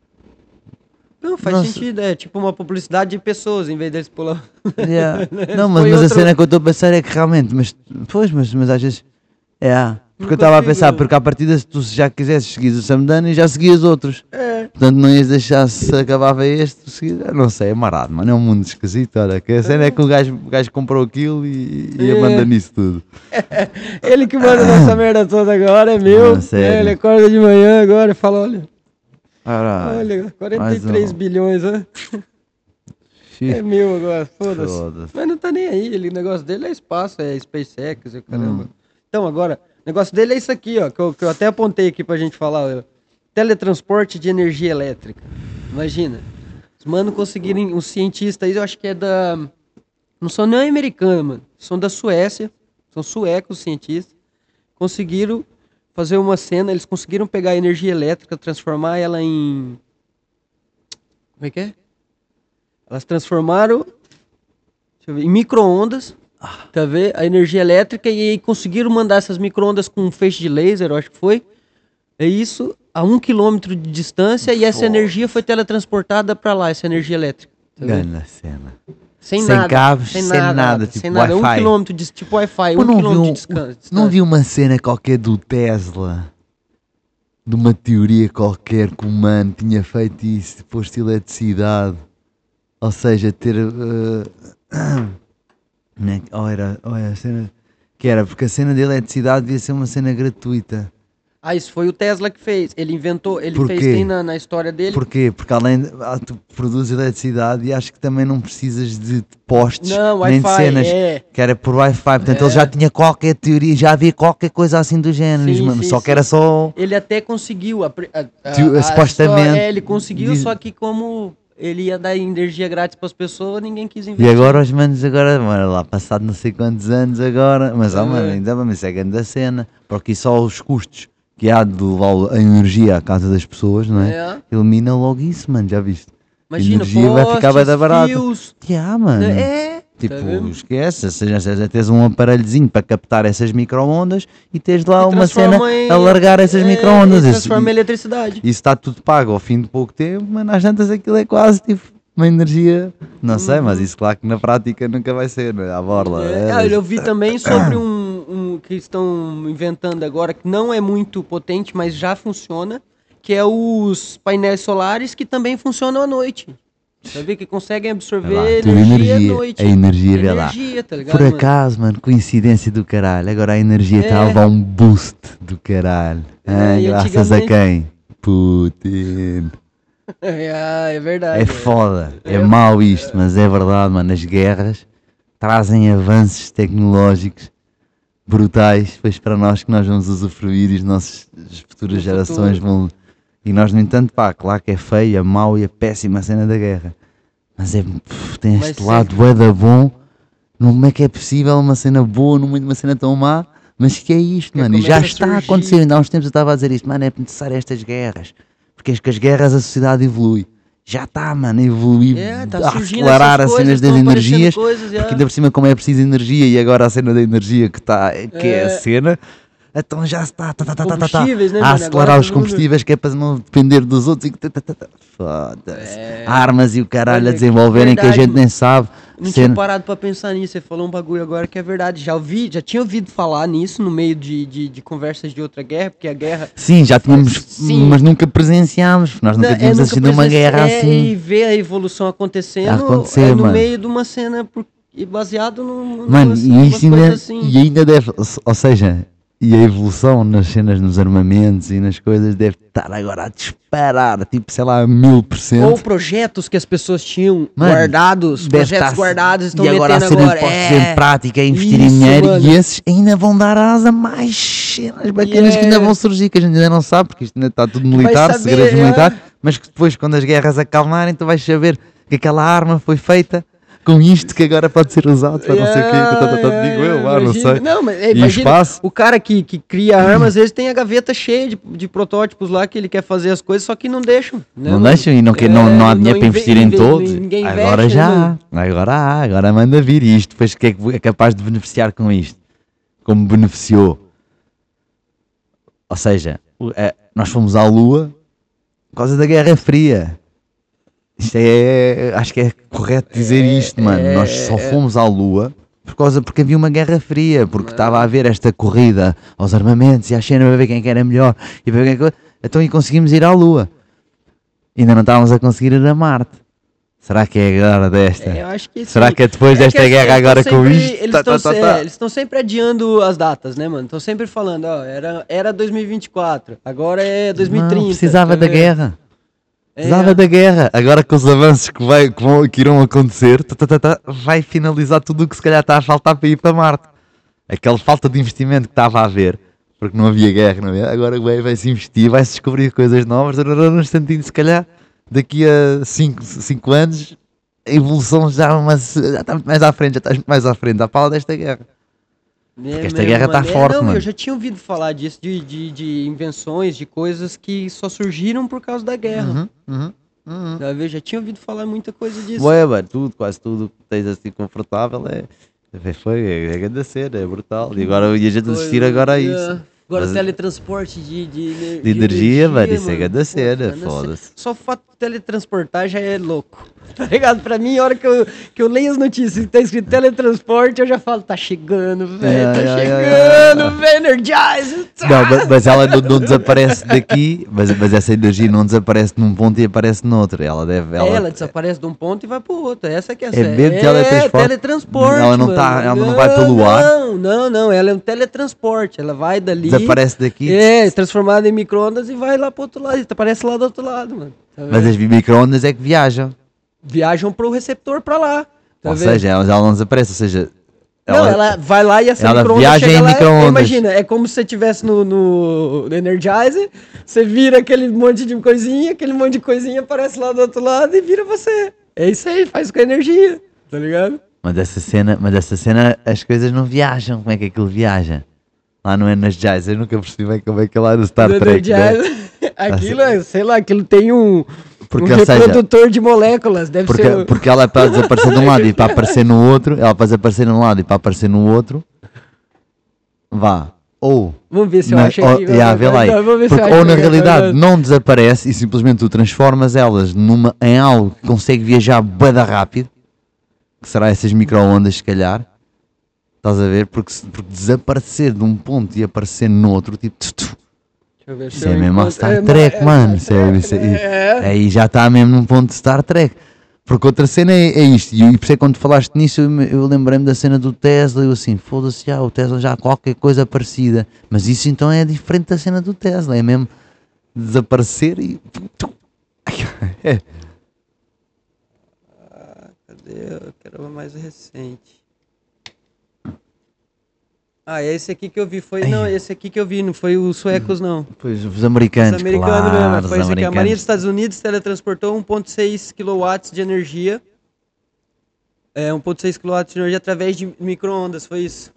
C: Não, faz
B: Nossa.
C: sentido, é tipo uma publicidade de pessoas, em vez deles pular.
B: Yeah. Não, mas,
C: Foi
B: mas a
C: outro-
B: cena que eu estou a pensar é que realmente, mas, pois, mas, mas às vezes. É, porque eu
C: Não
B: estava a pensar,
C: consigo.
B: porque à partida, se tu já quisesses seguir o Samdana, já seguias outros.
C: É.
B: Portanto, não ias deixar se acabava este, seguir. eu Não sei, é marado, mano. É um mundo esquisito. Olha, que a cena é que o gajo, o gajo comprou aquilo e, e
C: É.
B: manda nisso tudo.
C: Ele que manda
B: [COUGHS]
C: nossa merda toda agora, é meu.
B: Ah, sério.
C: É, ele acorda de manhã agora e fala, olha,
B: Caralho.
C: olha, 43
B: Ah, mais um. [LAUGHS]
C: bilhões, ó.
B: Xiii.
C: é meu agora, foda-se.
B: Foda-se.
C: Mas não tá nem aí, ele, o negócio dele é espaço, é SpaceX, e o
B: Hum.
C: caramba. Então agora, o negócio dele é isso aqui, ó, que eu, que eu até apontei aqui pra gente falar, ó. teletransporte de energia elétrica. Imagina, os mano conseguirem, um cientista aí, eu acho que é da, não são nem americanos, mano, são da Suécia, são suecos os cientistas, conseguiram fazer uma cena, eles conseguiram pegar a energia elétrica, transformar ela em. Como é que é? Elas transformaram deixa eu ver, em micro-ondas, tá vendo? A energia elétrica e aí conseguiram mandar essas micro-ondas com um feixe de laser, eu acho que foi. É isso, a um quilômetro de distância e essa energia foi teletransportada pra lá, essa energia elétrica. tá vendo?
B: Grande cena.
C: Sem,
B: Sem
C: nada.
B: cabos, sem nada, tipo Wi-Fi.
C: Um quilômetro de tipo Wi-Fi,
B: Pô,
C: um
B: não, vi
C: quilômetro
B: um-
C: de descanso. tá
B: não vi uma cena qualquer do Tesla, de uma teoria qualquer que o humano tinha feito isso, depois de eletricidade, ou seja, ter. eh, [COUGHS] né, ou, era, ou era a cena. Que era, porque a cena de eletricidade devia ser uma cena gratuita.
C: Ah, isso foi o Tesla que fez. Ele inventou, ele
B: Por
C: fez
B: quê?
C: tem na, na história dele.
B: Porquê? Porque além de, ah, tu produzes eletricidade e acho que também não precisas de postes
C: Não,
B: nem de
C: Wi-Fi,
B: cenas
C: é.
B: que era por Wi-Fi. Portanto, ele já tinha qualquer teoria, já havia qualquer coisa assim do género,
C: Sim,
B: mano.
C: sim,
B: Só que
C: sim.
B: era só. um."
C: Ele até conseguiu. A, pri- a, a-
B: Tu-
C: a-
B: supostamente-
C: só- é, ele conseguiu,
B: diz-
C: só que como ele ia dar energia grátis pras pessoas, ninguém quis
B: E
C: investir.
B: agora os manos, agora, mano, lá passado não sei quantos anos agora, mas ah, mano,
C: É.
B: ainda bem, isso é grande a cena, porque só os custos que há de levar a energia à casa das pessoas, não é?
C: É.
B: Elimina logo isso, mano, já viste?
C: Imagina,
B: energia vai ficar bué da
C: postes,
B: barata.
C: fios,
B: Que há, mano.
C: É. tá
B: Tipo,
C: vendo?
B: esquece, se já- se já tens um aparelhozinho para captar essas microondas e tens lá
C: E
B: uma cena
C: transforma em-
B: a largar essas
C: é,
B: microondas.
C: e
B: Isso-
C: Transforma em eletricidade.
B: Isso está tudo pago ao fim de pouco tempo, mas às tantas aquilo é quase tipo uma energia. Não sei, mas isso claro que na prática nunca vai ser, né? à borla.
C: É,
B: é,
C: ah, eu vi também sobre um, um que estão inventando agora, que não é muito potente, mas já funciona, que é os painéis solares que também funcionam à noite. Sabe? Que conseguem absorver
B: Vai lá, tudo
C: energia, à
B: energia,
C: noite.
B: a energia, vai lá.
C: energia, tá ligado?
B: Por
C: mano?
B: acaso, mano, coincidência do caralho. Agora a energia
C: É.
B: está a levar um boost do caralho.
C: É,
B: Ah,
C: e
B: graças a
C: antigamente-
B: quem? Putin.
C: [LAUGHS] É, ah, é verdade.
B: É
C: é.
B: foda. É mau isto, mas é verdade, mano. As guerras trazem avanços tecnológicos brutais, pois para nós que nós vamos usufruir e as nossas as futuras
C: No
B: gerações vão. E nós, no entanto, pá, claro que é feio, é mau e é péssima a cena da guerra. Mas é. pff, tem
C: Mas
B: este
C: sempre-
B: lado bué da bom. Não- Como é que é possível uma cena boa no meio de uma cena tão má? Mas que é isto,
C: Que
B: mano? E
C: começa
B: já
C: a
B: está a
C: surgir.
B: acontecer. Ainda há uns tempos eu estava a dizer isto, mano, é necessário estas guerras. Porque as- com as guerras a sociedade evolui. Já está, mano, a evoluir,
C: É, tá
B: a
C: surgindo
B: acelerar
C: essas
B: as cenas das
C: coisas, tão aparecendo
B: energias.
C: coisas, é.
B: Porque ainda por cima, como é preciso energia, e agora a cena da energia que, tá, que é. a
C: É.
B: cena, então já está tá, tá, tá, tá, tá, tá,
C: Combustíveis, né,
B: a
C: mano?
B: acelerar
C: Agora
B: os
C: todo mundo-
B: combustíveis, que é para não depender dos outros. e que tá, tá, tá, tá. Foda-se. Armas e o caralho
C: É. Olha,
B: a desenvolverem que a
C: verdade,
B: gente nem sabe.
C: Não tinha
B: Cena-
C: parado pra pensar nisso. Você falou um bagulho agora que é verdade. Já ouvi, já tinha ouvido falar nisso no meio de, de, de conversas de outra guerra, porque a guerra.
B: Sim, já tínhamos,
C: Sim.
B: mas nunca presenciámos. Nós nunca
C: Não, é,
B: tínhamos
C: nunca
B: assistido a uma
C: presenciei-
B: guerra
C: é,
B: assim.
C: E ver a evolução acontecendo
B: A acontecer,
C: é, no
B: mano.
C: meio de uma cena por- e baseado num.
B: Mano,
C: assim,
B: e isto ainda, é-
C: assim.
B: e ainda deve, ou seja, e a evolução nas cenas, nos armamentos e nas coisas deve estar agora a disparar, tipo, sei lá, mil por
C: Ou
B: cento.
C: projetos que projetos tinham
B: né? Mano,
C: guardados,
B: Deve
C: projetos
B: estar-
C: guardados estão
B: e agora
C: metendo
B: a serem
C: agora.
B: postos em
C: É,
B: prática, a investir em
C: Isso,
B: dinheiro
C: mano.
B: e esses ainda vão dar asa a mais cenas bacanas que ainda
C: Yeah.
B: vão surgir, que a gente ainda não sabe, porque isto ainda está tudo militar,
C: saber,
B: segredos
C: é.
B: militar, mas que depois, quando as guerras acalmarem, tu vais saber que aquela arma foi feita com isto que agora pode ser usado para não sei o quê.
C: Yeah,
B: tá, tá, tá,
C: yeah,
B: digo eu,
C: yeah,
B: lá, não
C: É, imagina.
B: sei.
C: Não, mas é,
B: E tipo,
C: imagina,
B: espaço?
C: o cara que, que cria armas, às vezes tem a gaveta cheia de, de protótipos lá que ele quer fazer as coisas, só que não deixam. né,
B: Não
C: mano?
B: deixam e não, que,
C: É,
B: não, não há
C: não
B: dinheiro para
C: inve-
B: investir em
C: inve-
B: todos.
C: ninguém
B: Agora
C: investe,
B: já
C: né,
B: há, agora há, agora manda vir. E isto depois que é que é capaz de beneficiar com isto? Como beneficiou? Ou seja, o- é, nós fomos à Lua por causa da Guerra Fria. Isto é. Acho que é correto dizer isto, mano.
C: é,
B: Nós só fomos à Lua por causa porque havia uma Guerra Fria, porque estava a haver esta corrida aos armamentos e à China para ver quem que era melhor e para ver quem que... Então e conseguimos ir à Lua. Ainda não estávamos a conseguir ir a Marte. Será que é agora desta?
C: É, eu acho que
B: Será
C: sim.
B: que é depois
C: É
B: desta
C: que
B: guerra
C: eles tão
B: agora com
C: sempre-
B: isto?
C: Eles
B: Tá,
C: estão eh,
B: tá, tá, tá.
C: sempre adiando as datas, né, mano? Estão sempre falando, ó, era, era 2024, agora é 2030.
B: Não, precisava
C: tá
B: da
C: vendo?
B: guerra.
C: É,
B: Precisava da guerra. Agora com os avanços que, vai, que, vão, que irão acontecer, tá, tá, tá, tá, vai finalizar tudo o que se calhar está a faltar para ir para Marte. Aquela falta de investimento que estava a haver, porque não havia guerra, não havia, agora vai, vai se investir, vai se descobrir coisas novas. No instantinho, se calhar, daqui a 5 anos, a evolução já, é uma, já está muito mais à frente, já estás muito mais à frente à pala desta guerra.
C: É
B: esta
C: mesmo,
B: guerra tá
C: mano. É,
B: forte,
C: não,
B: mano.
C: Eu já tinha ouvido falar disso, de, de, de invenções, de coisas que só surgiram por causa da guerra.
B: Uhum, uhum, uhum.
C: Tá vendo? Eu já tinha ouvido falar muita coisa disso.
B: Ué, mano, tudo, quase tudo que tens assim confortável é. é- Foi, é, é grande cena, é brutal. E agora e a gente assistir agora a isso.
C: é. Agora
B: Mas-
C: teletransporte de, de, ener-
B: De energia, mano, isso é
C: mano.
B: grande cena,
C: grande
B: foda-se.
C: Só o fato de teletransportar já é louco. [LAUGHS] Tá ligado? Pra mim, a hora que eu, que eu leio as notícias e tá escrito teletransporte, eu já falo, tá chegando, velho, tá
B: é, é,
C: chegando, tá velho, energize.
B: Não, mas, mas ela não, não desaparece daqui, mas, mas essa energia não desaparece num ponto e aparece noutro. Ela deve.
C: Ela,
B: Ela,
C: desaparece de um ponto e vai pro outro. Essa que é a
B: É
C: série.
B: mesmo teletransporte?
C: teletransporte,
B: Ela não tá-
C: mano.
B: ela não vai pelo ar?
C: Não, não, não. Ela é um teletransporte. Ela vai dali.
B: desaparece daqui.
C: É, transformada em micro-ondas e vai lá pro outro lado. Aparece lá do outro lado, mano. Tá
B: Mas
C: vendo?
B: as micro-ondas é que viajam.
C: Viajam pro receptor pra lá. Tá
B: ou
C: vendo?
B: seja, ela, ela não desaparece. Ou seja,
C: não, ela, vai lá e essa
B: ela
C: micro-ondas
B: viaja
C: chega
B: em
C: lá,
B: micro-ondas.
C: Imagina, é como se você estivesse no, no no Energizer, você vira aquele monte de coisinha, aquele monte de coisinha aparece lá do outro lado e vira você. É isso aí, faz com a energia, tá ligado?
B: Mas essa cena, mas essa cena as coisas não viajam. Como é que aquilo viaja? Lá no Energizer, eu nunca percebi bem como é que lá no Star
C: Do
B: Trek. né?
C: Energizer, [LAUGHS] aquilo, é, sei lá, aquilo tem um,
B: Porque,
C: um
B: ou seja,
C: reprodutor de moléculas, deve
B: Porque,
C: ser... o-
B: porque ela é para desaparecer de um lado e para aparecer no outro, ela para desaparecer de um lado e para aparecer no outro, vá. Ou,
C: Vamos ver se eu
B: na-
C: acho
B: ou-
C: aqui. vamos
B: já,
C: ver-
B: vê lá aí.
C: não, vamos ver se eu
B: é Porque
C: acho
B: ou na
C: aqui, né?
B: realidade né?
C: não, não.
B: não desaparece e simplesmente tu transformas elas numa, em algo que consegue viajar bada rápido, que será essas micro-ondas se calhar, Estás a ver? Porque, se- porque desaparecer de um ponto e aparecer no outro, tipo, tu, tu,
C: Deixa eu ver se
B: isso é
C: eu
B: mesmo a
C: encontro-
B: Star
C: é,
B: Trek,
C: é,
B: mano. Isso é- isso é- Aí já está mesmo num ponto de Star Trek. Porque outra cena é, é isto. E e por isso é que quando falaste nisso, eu, me- eu lembrei-me da cena do Tesla. E eu assim, foda-se, já, o Tesla já há qualquer coisa parecida. Mas isso então é diferente da cena do Tesla. É mesmo desaparecer e. É,
C: Cadê? Eu quero uma mais recente. Ah, é esse aqui que eu vi foi. Não, esse aqui que eu vi, não foi os suecos,
B: Hum.
C: não.
B: pois, os
C: Os
B: americanos.
C: americanos
B: claro,
C: mesmo. Foi
B: os
C: esse aqui. A Marinha
B: americanos.
C: dos Estados Unidos teletransportou 1,6 kW de energia. É, 1,6 kW de energia através de micro-ondas, foi isso.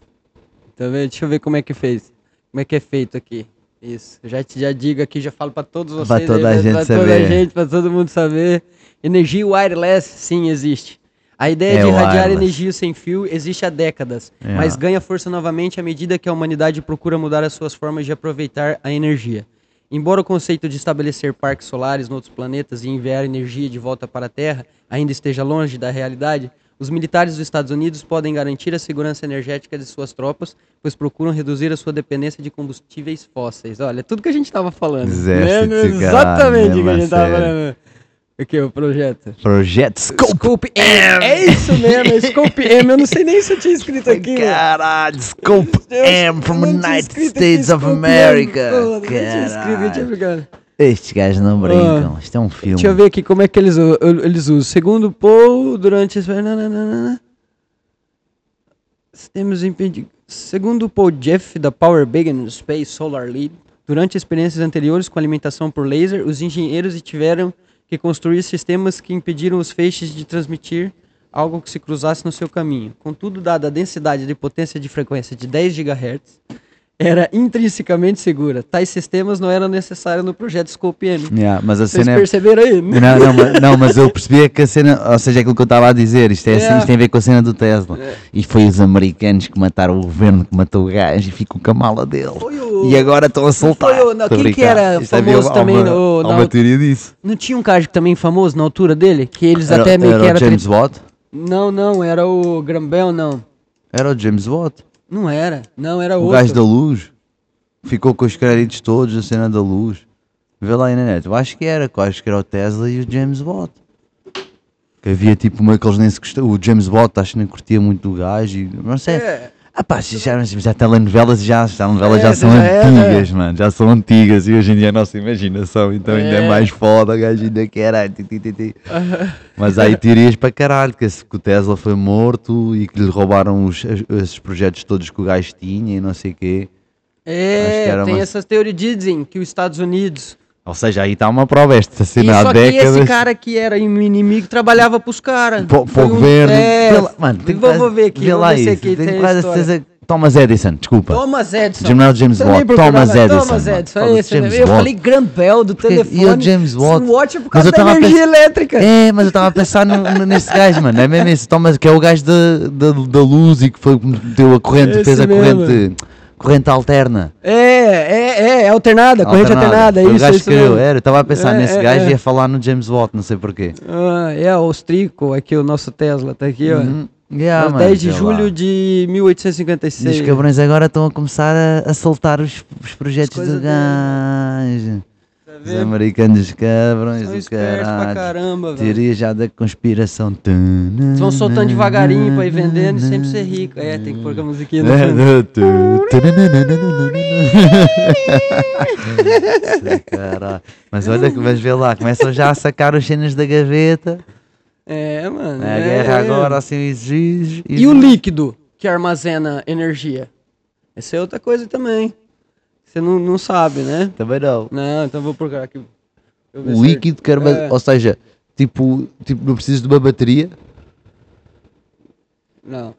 C: Tá vendo? Deixa eu ver como é que fez. Como é que é feito aqui. Isso. Eu já, te, já digo aqui, já falo pra todos
B: Pra
C: vocês.
B: toda a
C: aí,
B: gente
C: pra
B: saber.
C: toda a gente, pra todo mundo saber. Energia wireless, sim, existe. A ideia
B: É
C: de irradiar
B: wireless.
C: energia sem fio existe há décadas,
B: É.
C: mas ganha força novamente à medida que a humanidade procura mudar as suas formas de aproveitar a energia. Embora o conceito de estabelecer parques solares em outros planetas e enviar energia de volta para a Terra ainda esteja longe da realidade, os militares dos Estados Unidos podem garantir a segurança energética de suas tropas, pois procuram reduzir a sua dependência de combustíveis fósseis. Olha, tudo que a gente estava falando.
B: Exército, né, caralho,
C: Né, Exatamente o que a
B: mesma
C: gente estava
B: série.
C: falando. O que? O projeto?
B: Projeto Scope.
C: Scope M. É isso mesmo, é Scope M. Eu não sei nem se eu tinha escrito aqui. né?
B: Caralho, Scope
C: Eu
B: M é, from
C: não tinha
B: United
C: escrito aqui
B: States of
C: Scope M,
B: America.
C: porra, não tinha escrito, eu tinha
B: Caralho.
C: ficado.
B: Estes gajos não brincam. Isto é um filme.
C: Deixa eu ver aqui como é que eles, u- eles usam. Segundo Paul, durante. esse- nananana. Temos impedi- Segundo Paul Jeff, da Power Beacon Space Solar Lead, durante experiências anteriores com alimentação por laser, os engenheiros tiveram que construir sistemas que impediram os feixes de transmitir algo que se cruzasse no seu caminho. Contudo, dada a densidade de potência de frequência de 10 GHz, era intrinsecamente segura. Tais sistemas não eram necessários no projeto Scope M.
B: Yeah, mas a
C: Vocês
B: cena é.
C: perceberam aí?
B: Não, não, mas, não, mas eu percebi é que a cena, ou seja, aquilo que eu estava a dizer, isto, é, assim,
C: Yeah.
B: isto tem a ver com a cena do Tesla. E foi os americanos que mataram o governo que matou o gajo e ficou com a mala dele.
C: Foi o-
B: E é- agora estão a soltar.
C: foi o- não,
B: Tô a
C: quem que
B: brincar.
C: era
B: Isto havia
C: famoso também
B: Há uma,
C: no-
B: há
C: na
B: uma
C: outra-
B: teoria disso.
C: Não tinha um cara também famoso na altura dele? Que eles
B: Era,
C: até meio
B: era
C: que era.
B: o James
C: tri-
B: Watt?
C: Não, não, era o Grambel, não.
B: Era o James Watt.
C: Não era. Não, era
B: O
C: outro.
B: gajo da luz ficou com os créditos todos da cena da luz. Vê lá aí na net. Eu acho que era, eu acho que era o Tesla e o James Watt. Que havia tipo uma que eles nem se gostavam. O James Watt acho que nem curtia muito do gajo. E, não sei.
C: É.
B: Ah pá, já, mas já telenovelas já, as telenovelas
C: É,
B: já são
C: já era.
B: antigas, mano. Já são antigas e hoje em dia é a nossa imaginação, então ainda é
C: É.
B: mais foda, o gajo ainda que era. ti, ti, ti, ti.
C: [LAUGHS]
B: Mas há aí teorias para caralho, que, esse- que o Tesla foi morto e que lhe roubaram os, as- esses projetos todos que o gajo tinha e não sei o quê. Acho que
C: É,
B: era
C: tem
B: uma-
C: essas teorias. Dizem que os Estados Unidos.
B: Ou seja, aí está uma prova, esta
C: E
B: cena há
C: só que
B: décadas.
C: esse cara que era im- inimigo trabalhava pros caras.
B: Pô,
C: Foi
B: pô, verde.
C: É,
B: Vê lá- mano, tem
C: vou,
B: quase-
C: vou ver aqui.
B: Vê
C: vou
B: lá
C: ver se
B: isso.
C: aqui tem
B: Tenho
C: a
B: quase a
C: história.
B: certeza. que- Thomas Edison, desculpa.
C: Thomas Edson.
B: General James
C: Também
B: Watt,
C: procurava
B: Thomas Edison.
C: Thomas
B: mano.
C: Edison,
B: Foda-se,
C: é esse.
B: James
C: Eu
B: Watt.
C: falei Grambel do
B: Porque- e o
C: telefone.
B: James Watt?
C: Watch é por
B: Mas eu
C: causa da
B: tava
C: energia elétrica.
B: É, mas eu estava a pensar no- no- nesse gajo, mano. É mesmo esse Thomas, que é o gajo da, da, da luz e que foi, deu a corrente,
C: Esse
B: fez a
C: mesmo.
B: corrente, corrente alterna.
C: É, é, é, é alternada, corrente alternada, é
B: Foi o
C: isso, é
B: gajo
C: isso
B: que criou,
C: mesmo.
B: era. Eu estava a pensar
C: É,
B: nesse
C: é,
B: gajo
C: é.
B: e ia falar no James Watt, não sei porquê.
C: Ah, é, o Ostrico, aqui o nosso Tesla, tá aqui, ó.
B: Hum,
C: É
B: yeah,
C: o
B: mano,
C: 10 de
B: sei
C: julho
B: lá.
C: de
B: E os
C: 1856.
B: cabrões agora estão a começar a, a soltar os, os projetos
C: coisas
B: do
C: dele,
B: gajo.
C: Tá
B: Os
C: vendo?
B: americanos cabrões
C: São
B: do
C: espertos pra
B: caralho.
C: caramba, velho.
B: Teoria já da conspiração.
C: Eles vão soltando devagarinho pra ir vendendo e sempre ser rico. É, tem que pôr com a musiquinha
B: [LAUGHS]
C: no
B: É,
C: fundo.
B: né? Sei, caralho. [LAUGHS] Mas olha que vais ver lá, começam já a sacar os cenas da gaveta.
C: É, mano.
B: A
C: é,
B: guerra
C: é.
B: agora assim exige.
C: E o líquido que armazena energia? Essa é outra coisa também. Você não, não sabe, né?
B: Também não.
C: Não, então vou procurar aqui. Deixa eu ver
B: O
C: se-
B: líquido que armaz-
C: É.
B: Ou seja, tipo, tipo, não preciso de uma bateria.
C: Não.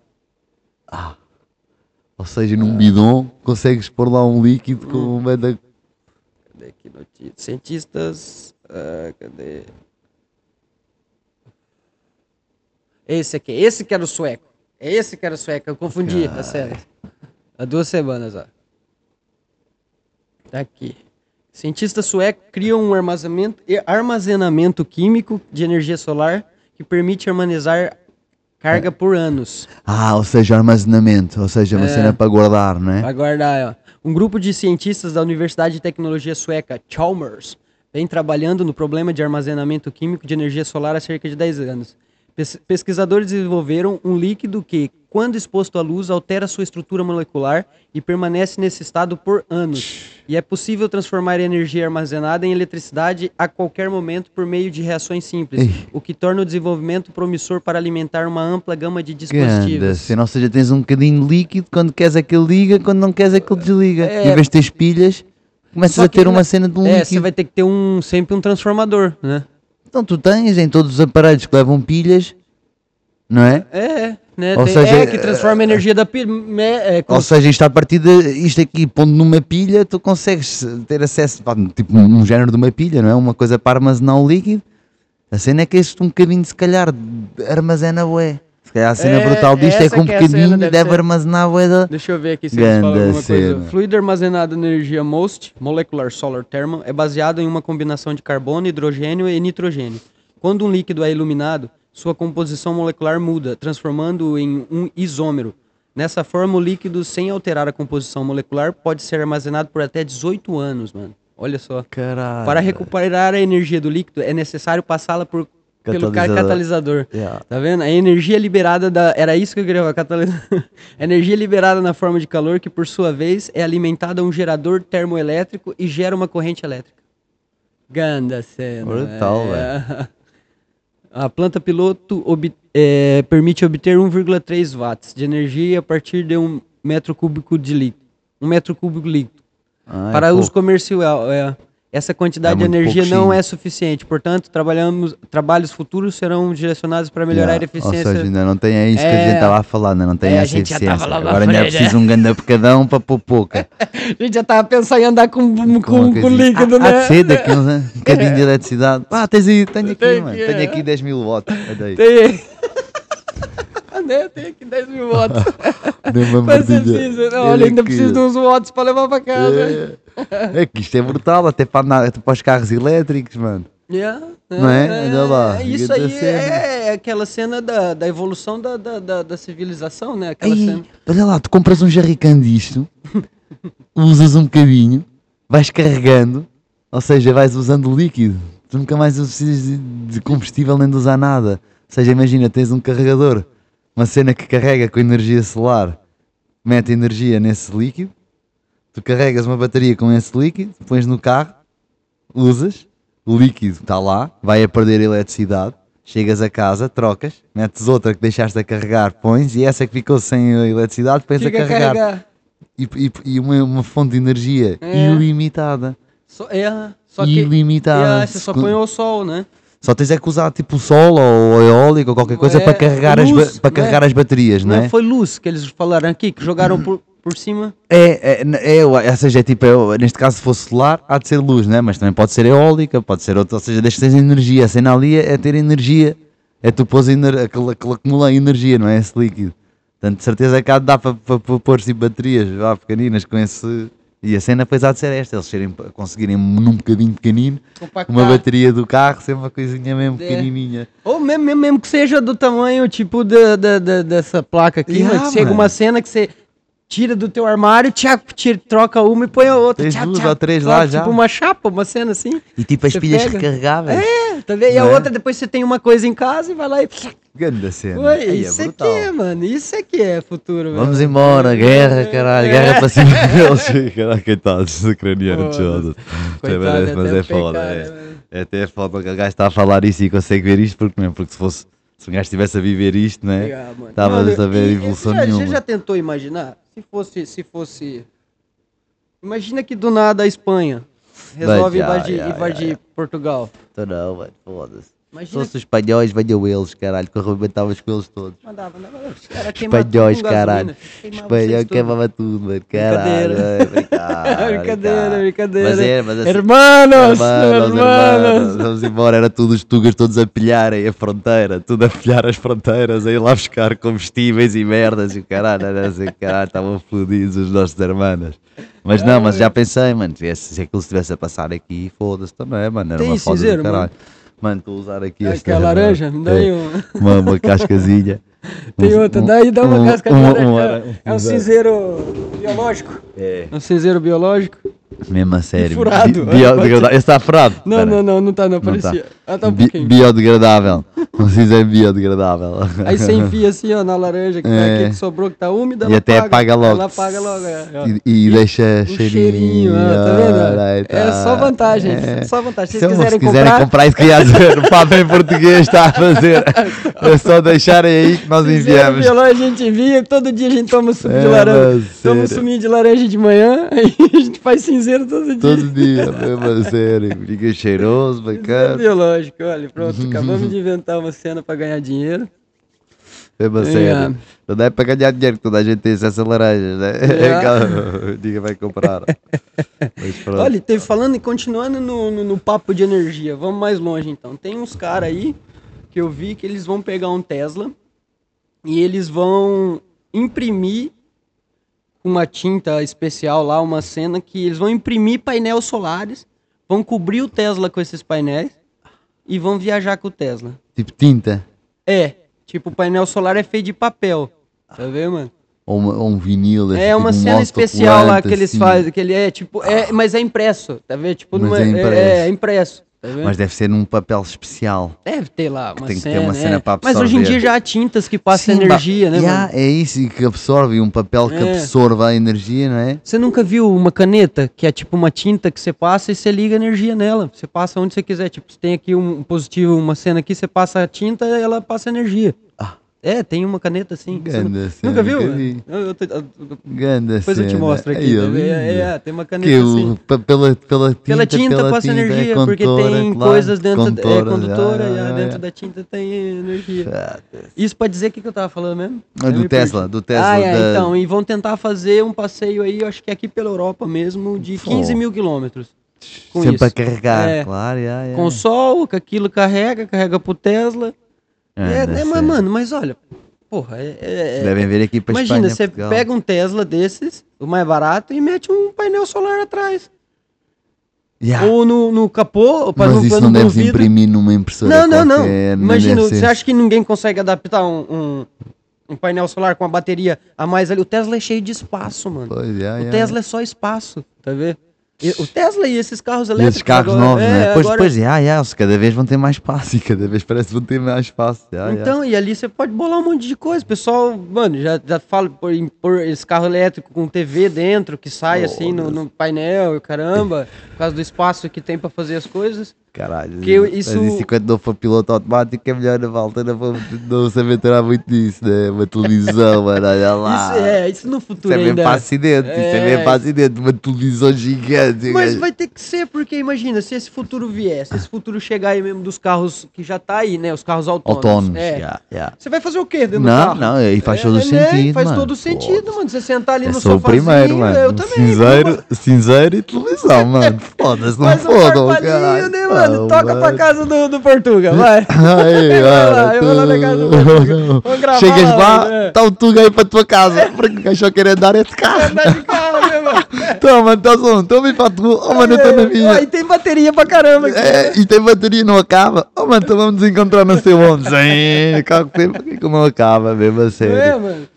B: Ou seja, num
C: É.
B: bidon consegues pôr lá um líquido com uma da.
C: Cadê aqui notícia? Cientistas. ah, cadê? Esse aqui, esse que era o sueco. É esse que era o sueco, eu confundi a série. Há duas semanas, ó. Tá aqui. Cientistas suecos criam um armazenamento, e- armazenamento químico de energia solar que permite armazenar, Carga por anos.
B: Ah, ou seja, armazenamento, ou seja, uma
C: É.
B: cena para guardar, não é?
C: Pra guardar, ó. Um grupo de cientistas da Universidade de Tecnologia Sueca, Chalmers, vem trabalhando no problema de armazenamento químico de energia solar há cerca de 10 anos. Pes- Pesquisadores desenvolveram um líquido que, quando exposto à luz, altera sua estrutura molecular e permanece nesse estado por anos. E é possível transformar a energia armazenada em eletricidade a qualquer momento por meio de reações simples,
B: Ih.
C: o que torna o desenvolvimento promissor para alimentar uma ampla gama de
B: Ganda
C: dispositivos.
B: cena, ou seja, tens um bocadinho de líquido, quando queres aquele liga, quando não queres aquele desliga.
C: É.
B: Em vez de teres pilhas, começas
C: Só
B: a
C: que
B: ter
C: na-
B: uma cena de um
C: É, você
B: líquido.
C: vai ter que ter um sempre um transformador, né?
B: Então tu tens em todos os aparelhos que levam pilhas, não é?
C: É, é, né?
B: Ou
C: Tem-
B: seja,
C: é que transforma a energia da pilha. É, é, com-
B: Ou seja, isto a partir de isto aqui, pondo numa pilha, tu consegues ter acesso, pá, tipo um género de uma pilha, não é? Uma coisa para armazenar o líquido. A cena é que este um bocadinho, se calhar, armazena bué. Se calhar a cena
C: É,
B: brutal disto é
C: essa
B: que um
C: que é a cena,
B: bocadinho
C: deve
B: deve,
C: ser.
B: armazenar bué da...
C: Deixa eu ver aqui se eles falam
B: Ganda
C: alguma coisa.
B: cena.
C: Fluido armazenado na energia MOST, Molecular Solar Thermal, é baseado em uma combinação de carbono, hidrogênio e nitrogênio. Quando um líquido é iluminado, sua composição molecular muda, transformando-o em um isômero. Nessa forma, o líquido, sem alterar a composição molecular, pode ser armazenado por até 18 anos, mano. Olha só.
B: Caralho.
C: Para recuperar a energia do líquido, é necessário passá-la por pelo cara catalisador.
B: Yeah.
C: Tá vendo? A energia liberada da. Era isso que eu queria falar, catalisador. [LAUGHS] A energia liberada na forma de calor, que por sua vez é alimentada a um gerador termoelétrico e gera uma corrente elétrica. Ganda cena.
B: Brutal,
C: velho. [LAUGHS] A planta piloto ob- é, permite obter 1,3 watts de energia a partir de um metro cúbico de líquido. Um metro cúbico líquido.
B: Ai,
C: Para
B: pô.
C: uso comercial, é. Essa quantidade
B: Ah, É
C: de
B: muito
C: energia
B: pouco,
C: não
B: sim.
C: é suficiente. Portanto, trabalhamos, trabalhos futuros serão direcionados para melhorar
B: Yeah.
C: a eficiência.
B: Ou seja, ainda não tem é isso que a
C: É.
B: gente estava a falar, ainda não tem
C: É, a
B: essa
C: gente já tava
B: eficiência.
C: lá pra
B: Agora ainda é
C: frente, é.
B: preciso um ganda pecadão para pôr pouca.
C: a gente já tava pensando em andar com, É, com,
B: Com uma
C: com,
B: coisinha.
C: líquido,
B: Ah,
C: né?
B: Há de ser daqui uns anos, um bocadinho
C: [LAUGHS]
B: de eletricidade. Pá, tens aí, tenho aqui,
C: Tem
B: mano.
C: É. aqui,
B: Tenho
C: é.
B: aqui 10 mil watts. Olha aí.
C: Tem. [LAUGHS] né? Tem aqui 10
B: [LAUGHS]
C: mil votos.
B: Deu é uma
C: Mas você
B: mordidinha.
C: precisa. Não,
B: Olha
C: olha, ainda
B: aqui.
C: preciso de um uns votos pra levar pra casa.
B: É. É que isto é brutal, até para, andar- até para os carros elétricos, mano.
C: Yeah,
B: Não é? Olha lá,
C: Isso
B: fica
C: aí
B: da cena.
C: é aquela cena da, da evolução da, da, da, da civilização, né? Aquela
B: Ei,
C: cena.
B: olha lá, tu compras um jarrican disto, [LAUGHS] usas um bocadinho, vais carregando, ou seja, vais usando líquido. Tu nunca mais precisas de- de combustível nem de usar nada. Ou seja, imagina, tens um carregador, uma cena que carrega com energia solar, mete energia nesse líquido, tu carregas uma bateria com esse líquido, pões no carro, usas, o líquido está lá, vai a perder eletricidade, chegas a casa, trocas, metes outra que deixaste a carregar, pões e essa que ficou sem a eletricidade, pões
C: Fica
B: a carregar.
C: carregar.
B: E, e- e uma, uma fonte de energia
C: É.
B: ilimitada.
C: Só, é, só que.
B: ilimitada.
C: Yeah, ah, você só põe o sol, né?
B: Só tens é que usar tipo o sol ou eólico ou qualquer coisa
C: É,
B: para carregar, as,
C: luz,
B: ba- para
C: não é?
B: carregar as baterias, não
C: Não
B: é?
C: foi luz que eles falaram aqui, que jogaram por, por cima.
B: É, é, n- é, eu- ou seja, é tipo, eu- neste caso se for solar, há de ser luz, né? mas também pode ser eólica, pode ser outra, ou seja, desde que tens energia, a cena ali é é ter energia, é tu pôs ener, aquele, aquele acumula energia, não é? Esse líquido. Portanto, de certeza que há de dar para pa, pa, pôr tipo, baterias vá, pequeninas com esse. E a cena pois há de ser esta, eles serem, conseguirem num bocadinho pequenino [LAUGHS] uma
C: Compactar.
B: bateria do carro ser uma coisinha mesmo
C: É.
B: pequenininha.
C: Ou mesmo, mesmo, mesmo que seja do tamanho, tipo, da, da, da- dessa placa aqui,
B: Yeah,
C: mas que chega
B: ah, mano.
C: uma cena que você tira do teu armário, tchac, tira, troca uma e põe a outra.
B: Tens
C: tchac,
B: duas
C: tchac,
B: ou três
C: troca,
B: lá já.
C: Tipo uma chapa, uma cena assim.
B: E tipo as
C: Você
B: pilhas
C: pega.
B: recarregáveis.
C: É, tá vendo? E a
B: Né?
C: outra, depois você tem uma coisa em casa e vai lá e...
B: Grande cena.
C: Ué,
B: Aí
C: isso aqui é, mano, isso aqui é futuro,
B: Vamos
C: velho.
B: embora, guerra, caralho,
C: É.
B: guerra para cima deles. [LAUGHS] caralho, coitados, ucranianos
C: Foda-se.
B: todos. Também
C: Coitado,
B: merece, mas
C: até
B: é foda.
C: pecar,
B: É,
C: né, velho?
B: é até foda que o gajo está a falar isso e consegue ver isto, porque, não, porque se fosse, se um gajo estivesse a viver isto, né?
C: Obrigado, Ah, mano.
B: Tava
C: Mano,
B: a saber
C: e-
B: evolução
C: você já,
B: nenhuma.
C: Você já tentou imaginar? Se fosse, se fosse... Imagina que do nada a Espanha resolve
B: Vai, já,
C: invadir,
B: já, já,
C: invadir Portugal.
B: Então não, mano, foda-se. Se
C: Imagina
B: fosse os espanhóis, venham eles, caralho, que eu arrebentava-os com eles todos.
C: Mandava, mandava. Os caras queimavam
B: Espanhóis,
C: tudo com gasolina,
B: Tipo caralho. Tipo, Espanhol
C: queimavam vocês tudo.
B: queimava tudo, mano, caralho.
C: Brincadeira.
B: é, brincar,
C: [LAUGHS] Brincadeira,
B: brincar.
C: brincadeira.
B: Mas é, mas é assim-
C: Hermanos,
B: Irmãos, irmãos,
C: hermanos.
B: vamos embora, era tudo os tugas todos a pilharem a fronteira, tudo a pilhar as fronteiras, a ir lá buscar combustíveis e merdas e o caralho, era assim, caralho, estavam fodidos os nossos hermanos. Mas não, mas já pensei, mano, se, se aquilo estivesse a passar aqui, foda-se também, mano, era
C: Tem
B: uma
C: isso
B: foda
C: dizer,
B: do
C: mano?
B: caralho. Mano, estou a usar aqui
C: Ah,
B: esta
C: Que é laranja, me dá
B: é,
C: [LAUGHS] aí um.
B: uma, uma cascazinha.
C: Tem outra, daí dá uma
B: um-
C: cascadinha.
B: um-
C: né,
B: um-
C: cara?
B: um-
C: é um cinzeiro biológico.
B: É.
C: É um cinzeiro biológico.
B: Mesmo a sério.
C: furado.
B: Bi- biodegradável. Esse tá furado?
C: Não,
B: Pera.
C: não, não, não tá, não,
B: Não tá.
C: parecia. Ah, tá um
B: Bi-
C: pouquinho.
B: biodegradável. [LAUGHS] Não se dizer biodegradável.
C: Aí
B: [LAUGHS]
C: você enfia assim, ó, na laranja que, tá
B: É.
C: aqui, que sobrou, que tá úmida,
B: E até apaga logo.
C: Ela apaga logo, é. ó.
B: E, e deixa
C: Um
B: cheirinho.
C: cheirinho, ó, tá vendo?
B: Olha aí,
C: É
B: tá.
C: só vantagem,
B: É.
C: só vantagem. Se
B: Se
C: vocês quiserem,
B: quiserem
C: comprar,
B: comprar isso criador, o papel em português está a fazer. É só deixarem aí que nós
C: cinzeiro
B: enviamos.
C: biológico a gente envia, todo dia a gente toma suco
B: É,
C: de laranja.
B: mas
C: Toma um
B: sério.
C: suminho de laranja de manhã, [LAUGHS] aí a gente faz cinzeiro todo dia.
B: Todo dia, mesmo a sério. Fica cheiroso,
C: Cinzeiro
B: bacana.
C: biológico, olha,
B: [LAUGHS]
C: pronto, acabamos de inventar uma cena pra ganhar dinheiro.
B: Mesmo a
C: É.
B: sério. Não é para ganhar dinheiro que toda a gente tem acesso a laranjas, né? [LAUGHS]
C: É.
B: Calma, Ninguém vai
C: [LAUGHS]
B: comprar. Mas pronto.
C: Olha, e teve falando e continuando no, no, no papo de energia, vamos mais longe então. Tem uns caras aí que eu vi que eles vão pegar um Tesla e eles vão imprimir com uma tinta especial lá, uma cena que eles vão imprimir painéis solares, vão cobrir o Tesla com esses painéis e vão viajar com o Tesla.
B: Tipo tinta.
C: É, tipo, o painel solar é feito de papel. Tá vendo, mano?
B: Ou, uma- ou um vinil. assim,
C: É uma
B: tipo um
C: cena especial lá
B: autocolante,
C: que eles
B: assim. Ah.
C: fazem, que ele é tipo, é, mas é impresso, tá vendo? Tipo,
B: Mas
C: não é,
B: é
C: é-
B: impresso.
C: é impresso. Tá vendo?
B: Mas deve ser num papel especial.
C: Deve ter lá uma
B: Tem que ter
C: cena,
B: uma cena
C: é.
B: pra
C: Mas hoje em
B: absorver.
C: dia já há tintas que passam
B: Sim, ba-
C: energia, né,
B: yeah,
C: mano?
B: É isso que absorve, um papel que
C: É.
B: absorva a energia, não é?
C: Você nunca viu uma caneta que é tipo uma tinta que você passa e você liga energia nela. Você passa onde você quiser. Tipo, você tem aqui um positivo, uma cena aqui, você passa a tinta e ela passa energia.
B: Ah.
C: É, tem uma caneta assim. Você
B: Ganda
C: nu-
B: cena,
C: nunca viu?
B: nunca vi.
C: Eu- eu te- eu-
B: Ganda
C: depois eu te
B: cena.
C: mostro
B: Aí,
C: aqui.
B: ó,
C: tá vendo? É,
B: lindo.
C: é, tem uma caneta
B: Que
C: assim.
B: o- pa- pela, pela tinta,
C: Pela tinta passa
B: tinta,
C: energia,
B: é
C: porque
B: condutora,
C: tem
B: claro,
C: coisas dentro é
B: condutora,
C: condutora
B: já,
C: e
B: já,
C: ah, dentro
B: já.
C: da tinta tem energia.
B: Ah,
C: Isso pra dizer o que, que eu tava falando mesmo?
B: Ah,
C: Eu
B: do
C: me
B: Tesla,
C: perdi.
B: do Tesla,
C: Ah, é,
B: da-
C: então, e vão tentar fazer um passeio aí, eu acho que aqui pela Europa mesmo, de
B: Pô.
C: 15 mil quilômetros. com
B: Sempre a
C: isso.
B: carregar,
C: É.
B: claro, já, já.
C: Com o sol, com aquilo carrega, carrega pro Tesla. É,
B: Ganda
C: né, mas,
B: cena.
C: mano, mas olha, porra, é- é- é-
B: Devem vir aqui para
C: imagina,
B: Espanha,
C: você
B: Portugal.
C: pega um Tesla desses, o mais barato, e mete um painel solar atrás.
B: Já.
C: Ou no, no capô, ou pra-
B: Ah. Mas
C: no-
B: isso
C: pra-
B: não
C: no
B: deves
C: vidro.
B: imprimir numa impressora
C: Não, não, não.
B: qualquer,
C: Imagina,
B: deve
C: você
B: ser-
C: acha que ninguém consegue adaptar um, um, um painel solar com uma bateria a mais ali? O Tesla é cheio de espaço, mano.
B: Pois, já,
C: o
B: já,
C: Tesla é só espaço, tá vendo? E- o Tesla e esses carros
B: E
C: elétricos.
B: esses carros
C: agora-
B: novos,
C: é,
B: né? Pois,
C: agora-
B: pois, já, já, eles cada vez vão ter mais espaço e cada vez parece que vão ter mais espaço. já, já.
C: Então, e ali você pode bolar um monte de coisa. O pessoal, mano, já, já fala por, em- por esse carro elétrico com TV dentro que sai
B: Oh,
C: assim no, no painel, e caramba, por causa do espaço que tem pra fazer as coisas.
B: Caralho,
C: Que eu-
B: mas
C: isso-
B: isso quando não for piloto automático é melhor na volta, não, vou, não se aventurar muito nisso, né? Uma televisão, [LAUGHS] mano, olha lá.
C: Isso é, isso no
B: Isso
C: futuro
B: é mesmo
C: ainda.
B: para acidente, isso é
C: É.
B: mesmo para acidente, uma televisão gigante.
C: Mas
B: cara.
C: vai ter que ser, porque imagina, se esse futuro vier, se esse futuro chegar aí mesmo dos carros que já tá aí, né? Os carros autônomos.
B: Autónomos,
C: é.
B: já, já.
C: Você vai fazer o quê dentro do
B: Não,
C: carro?
B: não, aí faz
C: É,
B: todo o
C: né?
B: sentido,
C: Faz
B: mano.
C: todo sentido, mano. Você sentar ali
B: Eu
C: no
B: sou é o
C: sofazinho,
B: primeiro, mano. Um
C: eu também.
B: cinzeiro,
C: pô.
B: cinzeiro e televisão,
C: [LAUGHS]
B: mano. Foda-se, não
C: Faz um
B: foda,
C: farpalinho,
B: caralho.
C: né,
B: Ah,
C: mano? Toca
B: [LAUGHS]
C: pra casa do, do Portuga, vai.
B: Ai,
C: [LAUGHS] Vai lá,
B: cara,
C: eu vou lá na casa do
B: [LAUGHS]
C: Portuga. Vamos gravar É.
B: Chegas lá,
C: mano, é.
B: tá o Tuga aí pra tua casa. Porque o cachorro quer andar é de
C: [LAUGHS]
B: carro.
C: Andar de carro, né, mano? É,
B: Toma, tá som, toma aí pra tu. Oh, mano, eu tô na minha.
C: Aí tem bateria pra caramba. aqui. né,
B: É, e tem bateria e não acaba. Oh, mano, então vamos nos encontrar não sei
C: [LAUGHS]
B: onde. Sim, calma que tem, por que que não acaba mesmo a
C: É,
B: sério.
C: mano.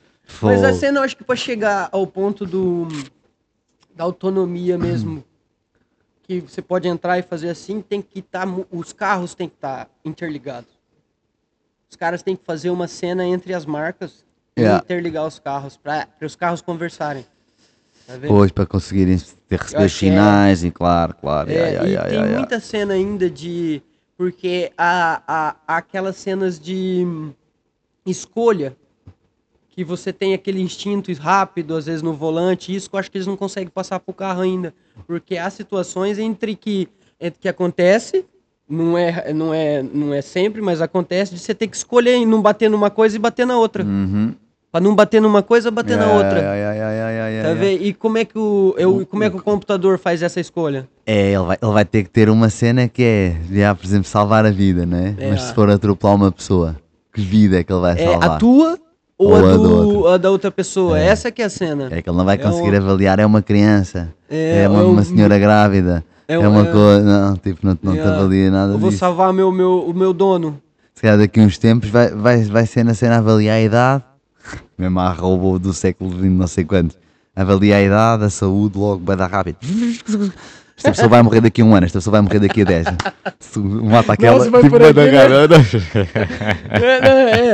C: Mas é a
B: Fogo.
C: cena, eu acho que pra chegar ao ponto do da autonomia mesmo, que você pode entrar e fazer assim, tem que estar os carros tem que estar interligados. Os caras têm que fazer uma cena entre as marcas
B: Yeah.
C: e interligar os carros para os carros conversarem. Tá vendo?
B: Pois, para conseguirem ter- receber
C: acho que é.
B: sinais, e claro, claro.
C: É,
B: ai, ai,
C: e
B: ai,
C: tem
B: ai, ai.
C: muita cena ainda de. Porque há, há- há aquelas cenas de hum, escolha que você tem aquele instinto rápido, às vezes, no volante, isso que eu acho que eles não conseguem passar pro carro ainda. Porque há situações entre que, entre que acontece, não é, não, é, não é sempre, mas acontece, de você ter que escolher e não bater numa coisa e bater na outra.
B: Uhum.
C: Pra não bater numa coisa, bater na
B: Ai,
C: outra.
B: ai, ai, ai, ai, ai,
C: Tá
B: ai.
C: vendo? E como é, que o, eu, como é que o computador faz essa escolha?
B: É, ele vai, ele vai ter que ter uma cena que é, já, por exemplo, salvar a vida, né?
C: É.
B: Mas se for atropelar uma pessoa, que vida é que ele vai
C: É
B: salvar?
C: a tua ou,
B: Ou
C: a,
B: a
C: do-
B: da outra.
C: a da outra pessoa? Essa que é a cena.
B: É que ele não vai
C: É
B: conseguir
C: um-
B: avaliar, é uma criança, é, uma,
C: é um-
B: uma senhora grávida, é,
C: é um-
B: uma
C: é-
B: coisa. Não, tipo, não, não te
C: é-
B: avalia nada
C: Eu vou
B: disso.
C: salvar meu, meu, o meu dono.
B: se calhar daqui a uns tempos vai, vai, vai ser na cena avaliar a idade, mesmo a robô do século XX, não sei quantos, avaliar a idade, a saúde, logo, vai dar rápido. Esta pessoa vai morrer daqui a um ano, esta pessoa vai morrer daqui a 10. Se um mata aquela, tipo,
C: Nossa, vai por
B: vai
C: aqui, né?
B: dar
C: É, não, é,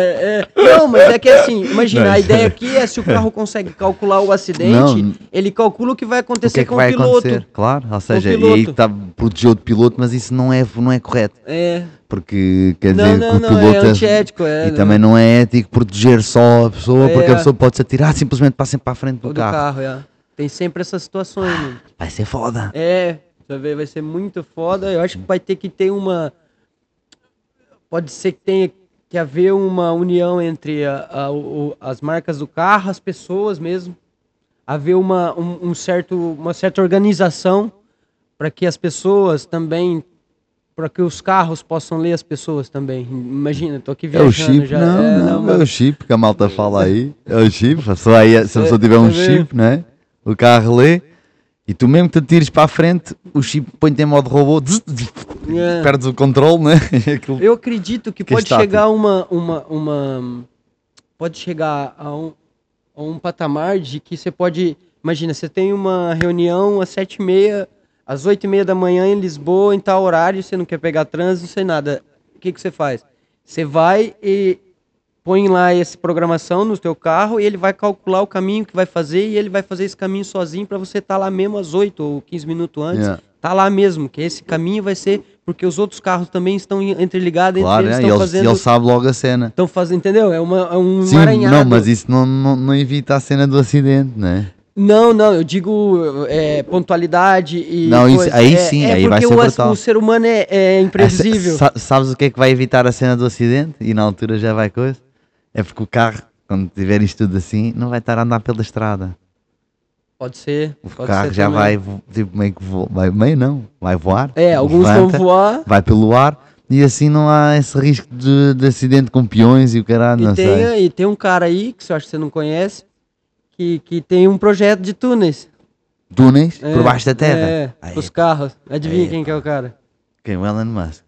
C: é. Não, mas é que assim, imagina,
B: Não,
C: a ideia aqui é se o carro consegue calcular o acidente,
B: Não.
C: ele calcula o que vai
B: O que
C: acontecer
B: é que
C: com
B: vai
C: o piloto.
B: acontecer? Claro, ou seja, e aí
C: piloto.
B: está proteger o piloto, mas isso não é, não é correto.
C: É.
B: Porque quer
C: Não,
B: dizer
C: não,
B: que o
C: não, é
B: piloto.
C: antiético, é.
B: e
C: não,
B: também não é ético proteger só a pessoa,
C: É.
B: porque a pessoa pode se atirar simplesmente para sempre para a frente do,
C: do
B: carro. Ah.
C: carro, é. Tem sempre né? essas situações, mano.
B: Vai ser foda.
C: É, vai ver, vai ser muito foda. Eu acho que vai ter que ter uma. Pode ser que tenha que haver uma união entre a- a- o- as marcas do carro, as pessoas mesmo. Haver uma, um, um certo, uma certa organização para que as pessoas também. Para que os carros possam ler as pessoas também. Imagina, tô aqui
B: É o
C: viajando
B: chip,
C: já.
B: não,
C: é,
B: não, é
C: mano.
B: o chip que a malta fala aí. É o chip, se a pessoa, aí, se a pessoa tiver um
C: tá vendo?
B: chip, né? O carro lê, e tu mesmo que te atires para a frente, o chip põe-te em modo robô,
C: É.
B: perdes o controle, né? [LAUGHS] E aquilo-
C: Eu acredito que,
B: Que
C: pode
B: estátua.
C: chegar uma, uma, uma. Pode chegar a um, a um patamar de que você pode. Imagina, você tem uma reunião às sete e meia, às oito e meia da manhã em Lisboa, em tal horário, você não quer pegar trânsito, não sei nada. O que, que você faz? Você vai e põe lá essa programação no teu carro e ele vai calcular o caminho que vai fazer e ele vai fazer esse caminho sozinho para você estar lá mesmo às oito ou 15 minutos antes
B: Yeah.
C: tá lá mesmo, que esse caminho vai ser porque os outros carros também estão en- entreligados,
B: Claro,
C: entre
B: é, e
C: eles estão
B: ele, e
C: fazendo,
B: ele sabe logo a cena.
C: estão fazendo, entendeu? É, uma, é um
B: Sim,
C: emaranhado.
B: não, mas isso não, não, não evita a cena do acidente, né?
C: Não, não, eu digo é, pontualidade e
B: Não, isso-
C: coisa.
B: aí
C: É-
B: sim,
C: é
B: aí vai
C: porque
B: ser
C: o,
B: brutal.
C: o ser humano é, é imprevisível.
B: Sa- sabes o que é que vai evitar a cena do acidente? E na altura já vai coisa? É porque o carro, quando tiver isto tudo assim, não vai estar a andar pela estrada.
C: Pode ser.
B: O
C: pode
B: carro
C: ser
B: já
C: também.
B: vai, vo- tipo, meio que voa. Vai, meio não, vai voar. tá?
C: É, alguns vão
B: levanta,
C: voar
B: Vai pelo ar e assim não há esse risco de, de acidente com peões e o caralho,
C: e
B: não sei.
C: tem, e tem um cara aí, que eu acho que você não conhece, que, que tem um projeto de túneis.
B: Túneis
C: É,
B: por baixo da terra.
C: É,
B: Aí,
C: os carros. Adivinha
B: Aí,
C: quem que é o cara?
B: quem? O Elon Musk.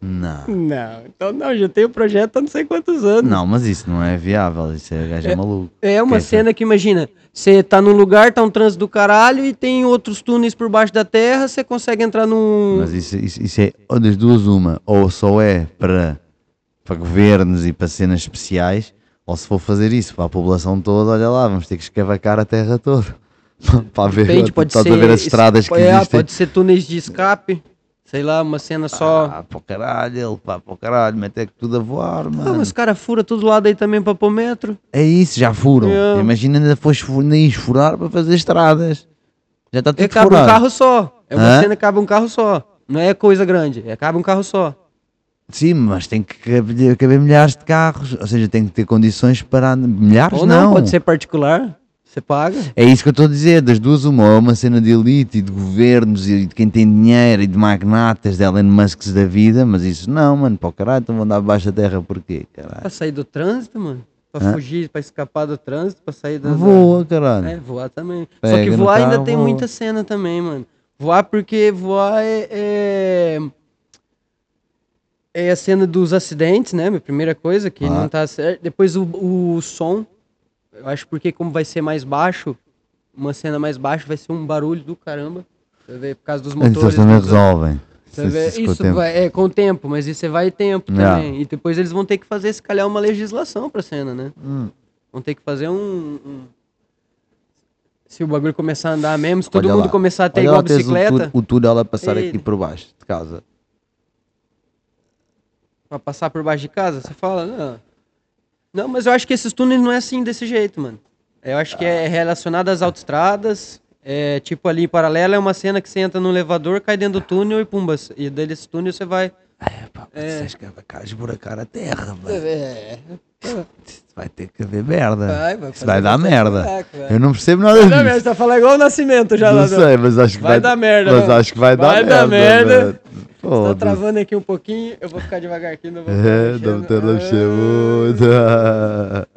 B: Não.
C: Não, então não, já tem o projeto há não sei quantos anos.
B: Não, mas isso não é viável, isso é gajo é maluco.
C: É uma
B: Quem foi?
C: cena que imagina, você tá num lugar, tá um trânsito do caralho e tem outros túneis por baixo da terra, você consegue entrar num.
B: Mas isso, isso, isso é ou das duas uma, ou só é para, para governos e para cenas especiais, ou se for fazer isso para a população toda, olha lá, vamos ter que escavacar a terra toda. [LAUGHS] para ver,
C: Depende, pode
B: estás
C: ser.
B: a ver as estradas
C: isso-
B: que
C: é,
B: existem.
C: pode ser túneis de escape, sei lá, uma cena só.
B: Ah, para o caralho, ele, pá, para o caralho, mete é que tudo a voar,
C: Ah,
B: mano.
C: mas os caras furam todo lado aí também pra pôr metro.
B: É isso, já furam.
C: É.
B: Imagina ainda foste fu- ainda ias furar para fazer estradas. Já está
C: E
B: tudo
C: cabe um
B: furado.
C: carro só. É uma
B: Hã?
C: cena que cabe um carro só. Não é coisa grande, é cabe um carro só.
B: Sim, mas tem que caber, caber milhares de carros, ou seja, tem que ter condições para and- milhares
C: Ou não, pode ser particular, você paga.
B: É isso que eu estou a dizer, das duas uma, ou é uma cena de elite e de governos e de quem tem dinheiro e de magnatas, de Elon Musks da vida, mas isso não, mano, para o caralho, então vou andar abaixo da terra porquê, caralho?
C: Pra sair do trânsito, mano. Pra
B: Hã?
C: fugir, pra escapar do trânsito, pra sair da. da-
B: É. Voa, caralho.
C: É, voar também. Só
B: Pega
C: que
B: no
C: voar ainda
B: carro,
C: tem
B: voa.
C: muita cena também, mano. Voar porque voar é, é. é a cena dos acidentes, né? A primeira coisa que
B: Ah.
C: não tá certo. Depois o, o som. Eu acho porque, como vai ser mais baixo, uma cena mais baixa vai ser um barulho do caramba. Você vê, por causa dos
B: Mas
C: motores. né?
B: eles também
C: dos-
B: resolvem.
C: você vê,
B: Isso com o
C: Tá isso
B: tempo.
C: vai, é com o tempo, mas isso vai tempo
B: Yeah.
C: também. E depois eles vão ter que fazer, se calhar, uma legislação pra cena, né?
B: Hum.
C: Vão ter que fazer um. um- Se o bagulho começar a andar mesmo, se todo
B: Olha
C: mundo
B: lá.
C: começar a ter
B: Olha
C: igual
B: lá,
C: a
B: tens
C: bicicleta, É.
B: O, tu- o túnel a passar aqui
C: Ei.
B: por baixo de casa.
C: pra passar por baixo de casa, você fala, não. Não, mas eu acho que esses túneis não é assim desse jeito, mano. Eu acho que é relacionado às autoestradas. É, tipo ali, paralela, é uma cena que você entra no elevador, cai dentro do túnel e pumba. E daí desse túnel você vai.
B: É pá, mas
C: É.
B: é. escavacar, esburacar a terra, mano.
C: É,
B: Vai ter que haver merda.
C: Vai, vai
B: Isso
C: fazer
B: vai dar
C: bastante
B: merda.
C: buraco, vai.
B: Eu não percebo nada disso.
C: Não, mas tá falando igual o Nascimento já lá.
B: Não
C: do-
B: sei, mas acho que
C: Vai
B: vai,
C: dar merda,
B: Mas
C: não.
B: acho que vai, dar
C: Vai dar
B: merda.
C: merda.
B: mano.
C: Tô
B: Foda-se.
C: travando aqui um pouquinho, eu vou ficar devagar aqui, não vou ficar
B: É,
C: mexendo.
B: não ter
C: Ah,
B: muito.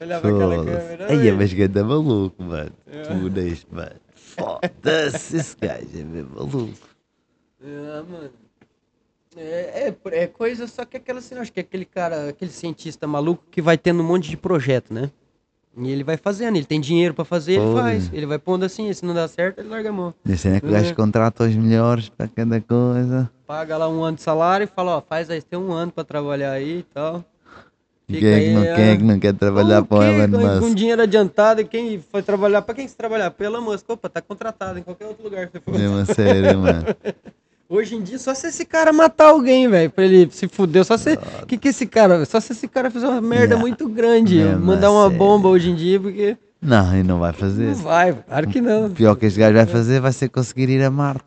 B: [LAUGHS]
C: Olhava aquela câmera. É.
B: Foda-se. Aí, mas ganda maluco, mano. Tu neste, mano. Foda-se, esse gajo é mesmo maluco.
C: Ah, mano. É, é, é coisa, só que aquela assim, acho que é aquele cara, aquele cientista maluco que vai tendo um monte de projeto, né? E ele vai fazendo, ele tem dinheiro pra fazer, ele
B: Pois.
C: faz. Ele vai pondo assim, se não dá certo, ele larga a mão.
B: Disse, né, que o
C: É.
B: gajo contrata os melhores para cada coisa.
C: Paga lá um ano de salário e fala, ó, faz aí, você tem um ano pra trabalhar aí e tal.
B: E
C: Fica
B: quem, é que não,
C: aí,
B: quem é
C: ah,
B: que não quer trabalhar
C: Como
B: para o
C: que,
B: Elon
C: com- Com
B: Musk?
C: dinheiro adiantado, e quem foi trabalhar, pra quem que você trabalhar? Pelo Elon Musk, opa, tá contratado em qualquer outro lugar que você for.
B: Mesmo sério, mano.
C: Hoje em dia, só se esse cara matar alguém, velho, pra ele se fuder. Só se. Que que esse cara. Só se esse cara fizer uma merda
B: Não.
C: muito grande.
B: Não, mas
C: mandar uma
B: sério.
C: bomba hoje em dia, porque.
B: Não, ele não vai
C: Não
B: fazer isso.
C: vai, claro que não.
B: O pior que este gajo vai fazer vai ser conseguir ir a Marte.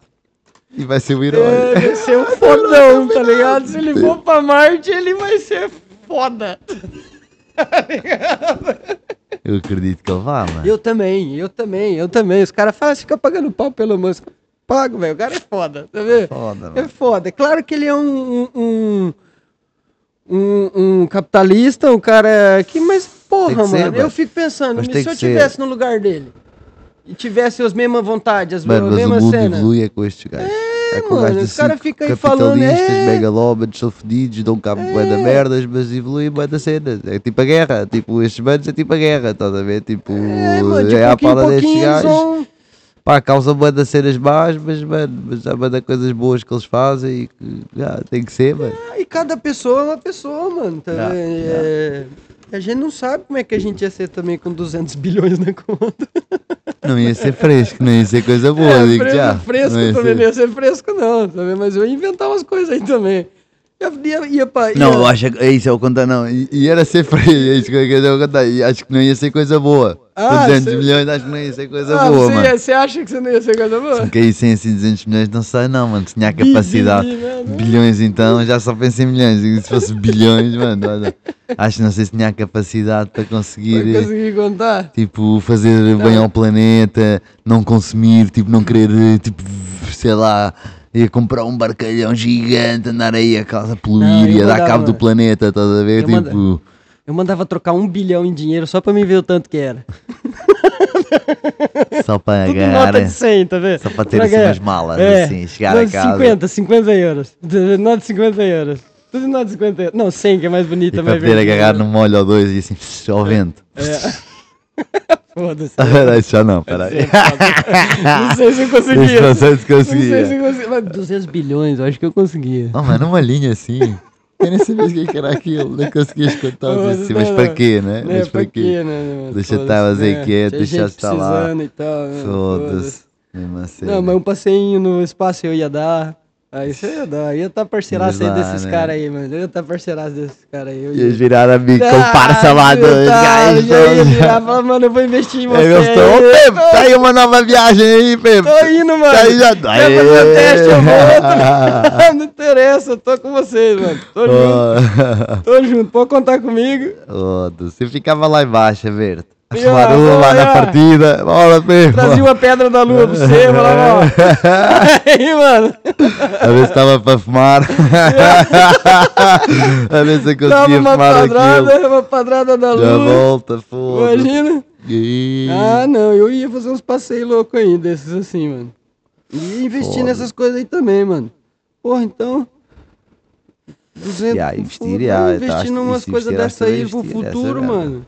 B: E vai ser o herói.
C: É, vai ser um fodão, tá ligado? Se ele for pra Marte, ele vai ser foda. [LAUGHS] Tá
B: Eu acredito que ele vá, mano.
C: Eu também, eu também, eu também. Os caras falam, "Ah, fica pagando pau pelo Musk. Pago, velho. O cara é foda, tá vendo?
B: Foda,
C: É
B: mano.
C: foda. É Claro que ele é um. um, um, um capitalista, um cara que. Mas,
B: Tem
C: porra,
B: que ser,
C: mano,
B: mano.
C: eu fico pensando,
B: Mas
C: se
B: tem que
C: eu
B: ser.
C: tivesse no lugar dele e tivesse as mesmas vontades, as
B: Mano, mas o
C: mesmas
B: mundo
C: cenas.
B: evolui é com estes gajos. É, com
C: mano,
B: gajos
C: os
B: de
C: cara
B: circo,
C: fica aí falando,
B: capitalistas,
C: é.
B: megalómanos, são fedidos, dão cabo é. da merdas, mas evoluem bué das cenas. É tipo a guerra. Tipo, estes manos é tipo a guerra, estás a ver? Tipo,
C: É, mano, de
B: é a
C: pouquinho em
B: pala destes
C: pouquinho eles
B: gajos.
C: vão.
B: Pá, causam bué das cenas más, mas, mano, mas há bué de coisas boas que eles fazem e que, já, tem que ser, mano.
C: Ah, E cada pessoa é uma pessoa, mano. Tá
B: Não,
C: vendo? É, A gente não sabe como é que a gente ia ser também com 200 bilhões na conta.
B: Não ia ser fresco, não ia ser coisa boa,
C: é,
B: digo
C: fresco,
B: já.
C: fresco
B: Não ia
C: também,
B: ser-
C: não ia ser fresco não, tá vendo? mas eu ia inventar umas coisas aí também. Eu ia, ia pra, ia-
B: Não, eu acho que é isso, eu contar não. E, e era ser frio, é [LAUGHS] isso que eu quero contar. E acho que não ia ser coisa boa.
C: Ah,
B: Com 200
C: sim.
B: milhões, acho que não ia ser coisa
C: Ah,
B: boa,
C: você,
B: mano.
C: ia- você acha que você não ia ser coisa boa?
B: Se me caíssem assim 200 milhões, não sei não, mano. Tinha a
C: Bi- bi-
B: capacidade.
C: bi, né, né?
B: Bilhões então, já só pensei em milhões. E se fosse bilhões, mano, olha, acho que não sei se tinha a capacidade para
C: Vai
B: conseguir. eh,
C: conseguir contar?
B: Tipo, fazer bem ao planeta, não consumir, tipo, não querer, eh, tipo, sei lá, ir comprar um barcalhão gigante, andar aí a casa a poluir,
C: Não, eu
B: ia dar
C: mandava,
B: cabo do
C: mano.
B: planeta, estás a ver?
C: Eu
B: tipo,
C: mandava. Eu mandava trocar um bilhão em dinheiro só pra me ver o tanto que era. [LAUGHS]
B: só para tipo,
C: Tudo nota
B: ganhar.
C: de 100, tá vendo?
B: Ah, Só pra ter, assim,
C: ganhar.
B: umas malas, assim, chegar
C: É. nota
B: a casa.
C: 50, 50 euros. [LAUGHS] Nota de 50 euros. Tudo nota de 50 euros. Não, 100 que é mais bonita.
B: E para
C: mais
B: poder
C: verde.
B: agarrar num molho ou dois e assim, ao
C: [LAUGHS]
B: vento. [LAUGHS]
C: É. Foda-se.
B: Peraí, já não, peraí.
C: [LAUGHS] Não sei se eu
B: Esse
C: conseguia. Não sei
B: processo conseguia.
C: se eu conseguia. Mas 200 bilhões, eu acho que eu conseguia.
B: Oh, mano, uma linha assim. Eu nem sabia o que que era aquilo, não conseguias contar
C: Não,
B: os
C: mas
B: assim,
C: não,
B: mas
C: não.
B: para quê, né?
C: Né,
B: Mas
C: pra
B: para quê?
C: quê, né? mano?
B: Deixa
C: Foda-se,
B: tava aí
C: né?
B: quieto,
C: Tinha
B: deixa
C: gente
B: estar lá.
C: precisando e tal, né?
B: Foda-se. Mesmo assim.
C: Não, mas um passeinho no espaço eu ia dar. Aí você ia dar. Ia estar tá parceiraço
B: Ia
C: aí
B: dar,
C: desses
B: né?
C: caras aí, mano. Eu ia estar tá parceiraço desses caras aí. Eu
B: Ias
C: ia-
B: virar amigo
C: Ah,
B: com parça lá
C: eu
B: dois então.
C: tava,
B: gajos.
C: já ia
B: [LAUGHS]
C: virar,
B: todos. É,
C: falar, mano, eu vou investir em você.
B: Aí eles estão, ô
C: aí.
B: Pepe, tá aí uma nova viagem aí, Pepe.
C: Tô indo, mano.
B: Aí já-
C: Vai fazer o teste, eu
B: Aê. [LAUGHS]
C: volto. Não interessa, eu tô com vocês, mano. Tô junto,
B: [LAUGHS] Oh,
C: tô junto. Pode contar comigo.
B: oh, você ficava lá embaixo a ver-te. A
C: Ia lá,
B: fumar uma lá
C: ia
B: na
C: lá.
B: partida. Bora, Pepe.
C: Trazia uma é pedra da lua pra você,
B: [LAUGHS]
C: falava, ó. Aí, mano. é-
B: A ver se estava para
C: [LAUGHS]
B: fumar. a ver se eu
C: Dava
B: conseguia
C: uma
B: fumar aquilo.
C: padrada, uma padrada da
B: Da
C: lua.
B: volta, foda-se.
C: Imagina.
B: E-
C: Ah, não, eu ia fazer uns passeios loucos aí, desses assim, mano. E investir
B: Foda.
C: nessas coisas aí também, mano. Porra, então. 200,
B: Yeah, investir,
C: puta,
B: yeah, tá,
C: investir
B: acho-
C: numas
B: isso,
C: coisas
B: investir, acho
C: dessa
B: que eu
C: aí
B: ia
C: pro
B: investir nessa
C: futuro,
B: merda.
C: mano.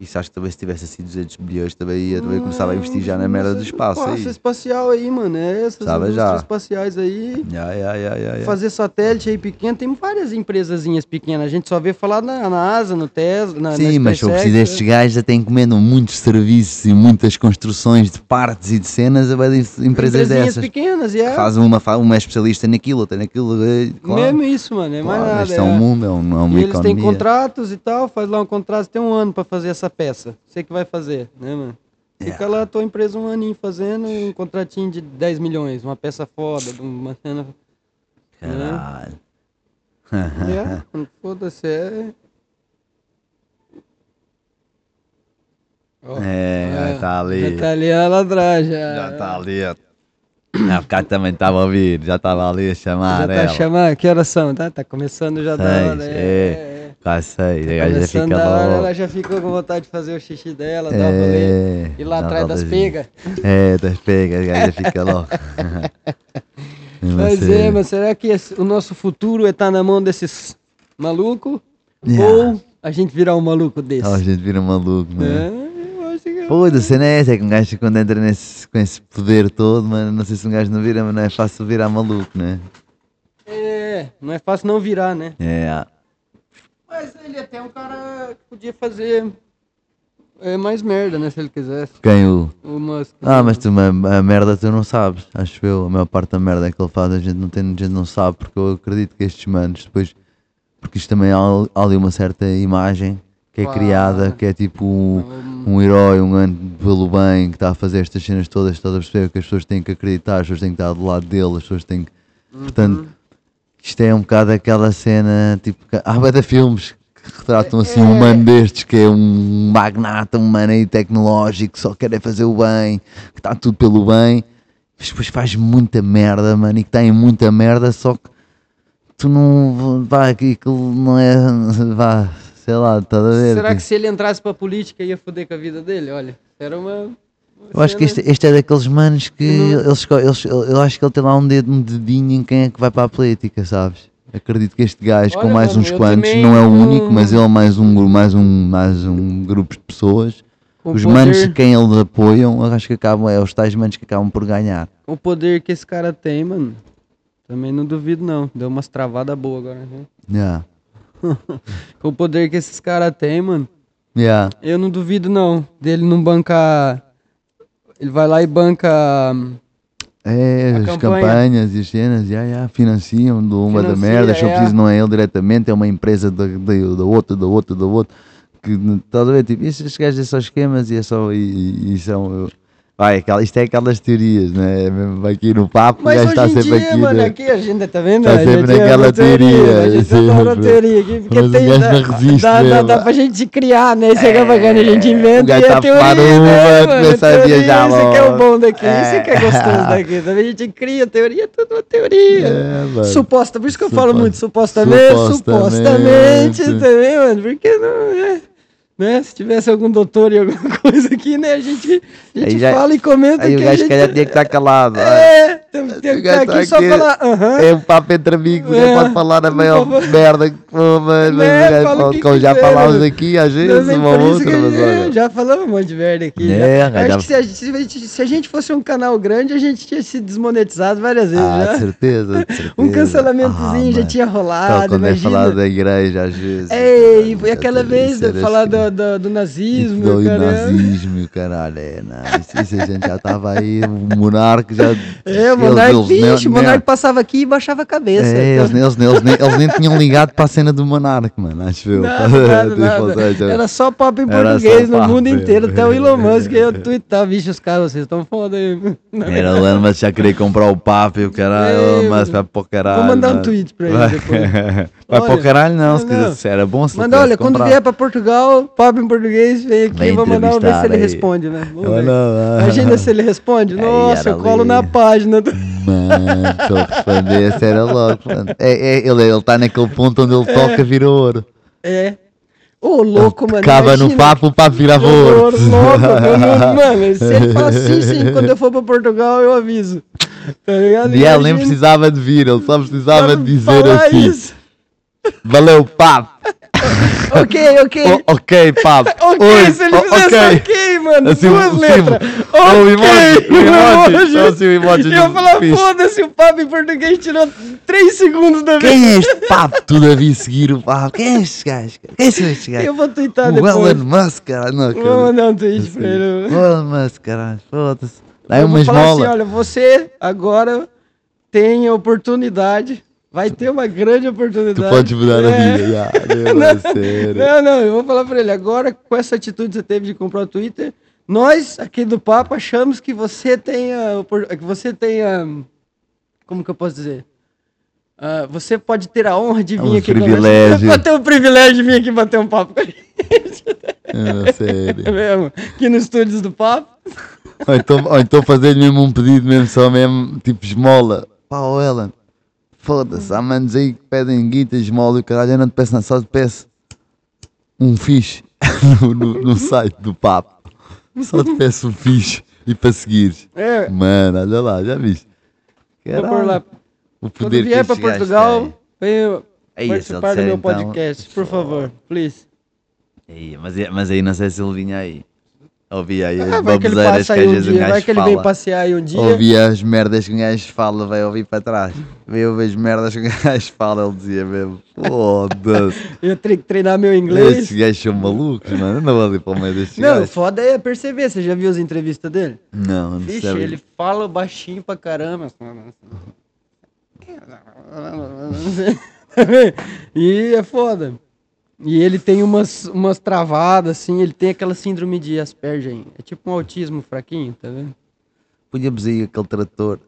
B: Isso acho que também se tivesse assim 200 milhões também ia também começava a investir já na merda do espaço é aí.
C: Espaço Hum, espacial aí, mano. É essas
B: Tava
C: indústrias
B: já.
C: espaciais aí.
B: Ya, ya, ya, ya, ya.
C: Fazer satélite aí pequeno, tem várias empresazinhas pequenas. A gente só vê falar na, na ASA, no Tesla, na,
B: Sim,
C: na
B: mas se eu
C: SpaceX,
B: preciso destes gajos até encomendam muitos serviços e muitas construções de partes e de cenas a bué de empresas
C: empresinhas
B: dessas.
C: pequenas, e é.
B: Fazem uma, fa- uma é especialista naquilo, outra naquilo. é, Claro,
C: Mesmo isso, mano. É mais
B: claro,
C: nada.
B: este é um
C: é.
B: mundo, é, um, é uma
C: E eles têm
B: economia.
C: contratos e tal, faz lá um contrato, você tem um ano pra fazer essa peça. Você que vai fazer, né, mano?
B: É.
C: Fica lá a tua empresa um aninho fazendo um contratinho de 10 milhões, uma peça foda, de uma cena.
B: [LAUGHS]
C: né?
B: Caralho.
C: É, mano, foda-se, é. Ó,
B: [LAUGHS] É, já tá ali.
C: Já tá ali lá atrás, já.
B: Já tá está ali. ó. Ah, Há bocado também estava a ouvir, já estava ali a
C: Já
B: chamar
C: tá
B: ela.
C: chamando, que horas são? Tá, tá começando já da
B: Seis,
C: hora.
B: é.
C: é,
B: Quase seis, a
C: é.
B: gaja já fica
C: Começando da hora,
B: logo.
C: ela já ficou com vontade de fazer o xixi dela, dar o rolê.
B: É,
C: E lá
B: dá
C: atrás das
B: rodazinha.
C: pegas.
B: É, das pegas, a gaja fica logo. Em
C: [LAUGHS] Mas
B: você.
C: é, mas será que esse- o nosso futuro é estar na mão desses malucos?
B: Yeah.
C: Ou a gente virar um maluco desse?
B: Ah, a gente vira maluco, mano.
C: É,
B: né?
C: eu acho que-
B: Pô, da cena é essa, é que um gajo quando entra nesse, com esse poder todo, mano, não sei se um gajo não vira, mas não é fácil virar maluco, né?
C: É, não é fácil não virar, né?
B: É, ah,
C: Mas ele até é um cara que podia fazer é, mais merda, né? Se ele quisesse.
B: quem o...
C: O Musk.
B: Ah, mas tu, a, a merda tu não sabes, acho eu, a maior parte da merda que ele faz a gente não, tem, a gente não sabe, porque eu acredito que estes manos depois, porque isto também há, há ali uma certa imagem que é
C: Claro.
B: criada, que é tipo um, um herói, um ano pelo bem, que está a fazer estas cenas todas, estás a perceber que as pessoas têm que acreditar, as pessoas têm que estar do lado dele, as pessoas têm que... Portanto, isto é um bocado aquela cena, tipo, que- há bué de filmes que retratam assim um humano destes, que é um magnata, um humano aí tecnológico, que só quer é fazer o bem, que está tudo pelo bem, mas depois faz muita merda, mano, e que está em muita merda, só que tu não, vá, que aquilo não é, vá, sei lá, estás a ver?
C: Será
B: tipo,
C: que se ele entrasse pra política ia foder com a vida dele? Olha, era uma.
B: Eu acho que este, este é daqueles manos que eles, esco- eles- eu eu acho que ele tem lá um, dedo, um dedinho em quem é que vai para a política, sabes? Acredito que este gajo,
C: Olha,
B: com mais
C: mano,
B: uns
C: eu
B: quantos,
C: também
B: não é o
C: não-
B: único, mas ele mais um, gru- mais um, mais um grupo de pessoas.
C: Com
B: os
C: Um poder-
B: manos que quem eles apoiam, eu acho que acabam, é os tais manos que acabam por ganhar.
C: O poder que esse cara tem, mano. Também não duvido, não. Deu umas travadas boas agora. Né?
B: Yeah.
C: Com o poder que esses caras têm, mano.
B: Yeah.
C: Eu não duvido, não. Dele não bancar. Ele vai lá e banca. hum,
B: É,
C: A
B: as
C: campanha.
B: campanhas e as cenas, yeah, yeah, financiam do uma da
C: Financia,
B: merda, se eu
C: é.
B: preciso não é ele diretamente, é uma empresa da, da, da outra, da outra, da outra, que n- estás a ver, tipo, estes gajos é só esquemas e é só, e, e- e são, vai, aquela- isto é aquelas teorias, né, É mesmo, vai aqui no papo, o
C: Mas
B: gajo está
C: hoje em
B: sempre
C: dia,
B: aqui,
C: mano,
B: né?
C: aqui a gente tá vendo?
B: Tá
C: A gente
B: sempre
C: é
B: naquela
C: uma
B: teoria,
C: A gente tá
B: sempre.
C: na teoria aqui, porque
B: Mas o
C: tem.
B: gajo
C: dá-
B: não resiste
C: dá, dá,
B: mesmo.
C: dá pra gente se criar, né? Isso é, bacana, a gente
B: né, o
C: inventa
B: gajo
C: e
B: tá
C: a teoria,
B: parou,
C: né,
B: mano,
C: mano?
B: começa a
C: teoria,
B: viajar
C: Isso que é o
B: logo.
C: bom daqui,
B: É.
C: isso que é gostoso daqui. Também a gente cria, a teoria é tudo uma teoria.
B: É, mano.
C: Suposta, por isso que eu falo
B: Supo-
C: muito supostamente,
B: supostamente.
C: supostamente, também, mano, porque não é... Né? Se tivesse algum doutor em alguma [LAUGHS] coisa aqui, né? A gente, a
B: Aí
C: gente
B: já-
C: fala e comenta
B: Aí
C: que
B: o
C: a
B: gajo
C: gente...
B: se calhar tinha que estar calado, ah,
C: É, tem, tem que estar
B: gajo tá
C: aqui só
B: aqui.
C: falar, aham,
B: é um papo entre amigos, não
C: É.
B: pode falar a maior
C: Não pode-
B: merda que for, mas, mas
C: Né,
B: o gajo
C: fala o
B: pode-
C: que
B: como já
C: quiser,
B: falámos
C: mano.
B: aqui às
C: Não,
B: vezes,
C: nem
B: uma
C: é por isso
B: outra,
C: que a
B: mas
C: gente-
B: olha.
C: Já falamos um monte de merda aqui. já.
B: É,
C: Acho
B: já-
C: que se a, gente, se a gente- se a gente fosse um canal grande, a gente tinha se desmonetizado várias vezes
B: Ah,
C: já.
B: de certeza, de certeza.
C: né? [LAUGHS] Um
B: Ah,
C: cancelamentozinho já
B: mano.
C: tinha
B: Então,
C: rolado,
B: quando é
C: imagina.
B: falar da igreja, às vezes.
C: Ei, e
B: mano,
C: foi aquela
B: essas
C: vez de
B: cenas
C: falar
B: que-
C: do, do, do nazismo,
B: do
C: cara.
B: assim. nazismo e o caralho, é, não, isso, isso a gente já estava aí, o monarca já...
C: É, o
B: eles-
C: Monark,
B: eles nem-
C: vixe, o então.
B: nem-
C: Monark passava aqui e baixava a cabeça.
B: É, eles, nem- eles, nem- eles, nem, eles nem tinham ligado para a cena do monarca, mano, acho [LAUGHS] eu.
C: Nada, nada,
B: Tipo, ou
C: nada.
B: seja,
C: Era só papo em
B: Era
C: português
B: só
C: no
B: papo,
C: mundo
B: é.
C: inteiro. Até o Elon Musk ia twittar, vixe, os caras, vocês estão foda aí.
B: Era o Elon Musk já queria comprar o papo e o caralho,
C: Ei,
B: Elon Musk vai para o caralho.
C: Vou mandar um
B: mano.
C: tweet pra ele
B: Vai,
C: depois.
B: [LAUGHS] vai para o
C: Olha,
B: caralho não, se
C: não,
B: quiser,
C: não.
B: se era bom se ele
C: Manda, olha,
B: tivesse comprado.
C: quando vier pra Portugal, papo em português, vem aqui,
B: Vem
C: vou mandar uma ver se ele
B: entrevistar aí.
C: responde, né? Vamos
B: Olha
C: ver.
B: lá.
C: Imagina se ele responde. Nossa, eu
B: era
C: colo
B: ali.
C: na página. do-
B: Mano, estou a responder, isso era louco. mano. É, é, ele está naquele ponto onde ele toca, vira ouro.
C: É. Ô, louco, mano.
B: Acaba no
C: imagina.
B: papo, o papo virava ouro.
C: Louco,
B: [LAUGHS]
C: eu não- mano, se ele falar sim, sim, quando eu for pra Portugal, eu aviso. Tá ligado?
B: E ele nem
C: Imagina
B: precisava de vir, ele só precisava de dizer
C: falar
B: assim:
C: isso.
B: Valeu, papo!
C: Ok, ok.
B: O- ok, papo!
C: [LAUGHS] Ok,
B: Oi,
C: se ele
B: o-
C: fizesse ok, mano,
B: Assim, o
C: duas
B: símbolo.
C: letras.
B: O
C: [LAUGHS]
B: emoji, é o emoji, só se o emoji um
C: Eu
B: do
C: ia falar,
B: peixe.
C: foda-se, o papo em português tirou 3 segundos da
B: Quem
C: vida.
B: é este papo? Tu Davi seguir o papo? Quem é este gajo? cara? Quem são estes
C: Eu
B: gajos?
C: vou twittar
B: O
C: depois.
B: Elon Musk, né? cara, não,
C: Vou
B: cara.
C: mandar um tweet pra ele.
B: O Elon Musk, caralho, foda-se. Dá aí
C: Eu
B: uma
C: vou falar assim,
B: esmola.
C: olha, você agora tem a oportunidade, vai ter uma grande oportunidade.
B: Tu podes mudar
C: É. Né?
B: a vida.
C: [LAUGHS]
B: Ah, meu, é sério.
C: Não, não, eu vou falar pra ele. Agora, com essa atitude que você teve de comprar o Twitter, nós aqui do Papo achamos que você tenha. opor- Que você tenha. Como que eu posso dizer? Ah, você pode ter a honra de vir
B: um
C: aqui
B: privilégio.
C: Você pode ter o privilégio de vir aqui bater um papo com a gente
B: É sério.
C: mesmo. Aqui nos estúdios do Papo.
B: Ou então, ou então fazer mesmo um pedido, mesmo só mesmo, tipo esmola. Pá, ô Ellen, foda-se, há manos aí que pedem guita, esmola e o caralho, eu não te peço nada, só te peço um fixe [LAUGHS] no, no- no site do papo. Só te peço um fixe e para seguir.
C: É,
B: Mano, olha lá, já viste?
C: vou por lá.
B: O
C: Quando
B: um poder
C: vier
B: que
C: pra
B: esse gajo
C: Portugal,
B: tem.
C: venha
B: É isso,
C: participar
B: ele
C: do
B: disser,
C: meu
B: então,
C: podcast, por favor, please.
B: Aí, mas, é- mas aí não sei se ele vinha aí. Ouvia aí as
C: Ah, vai que ele
B: baboseiras
C: passa
B: que
C: aí
B: às
C: um
B: vezes um
C: dia, vai
B: gajo
C: que ele vem
B: fala.
C: passear aí um dia.
B: Ouvia as merdas que um gajo fala, vai ouvir para trás. Vai ouvir as merdas que um gajo fala, ele dizia mesmo. Foda-se.
C: Eu tenho que treinar meu [LAUGHS] inglês.
B: Esses gajos são malucos, mano. Eu não vou ali para o meio destes
C: Não,
B: gajos.
C: foda é perceber, você já viu as entrevistas dele?
B: Não, não
C: Vixe,
B: sabe.
C: ele fala baixinho pra caramba. assim. [LAUGHS] e é foda. E ele tem umas, umas travadas, assim, ele tem aquela síndrome de Asperger. É tipo um autismo fraquinho, tá vendo?
B: Punhamos aí aquele trator.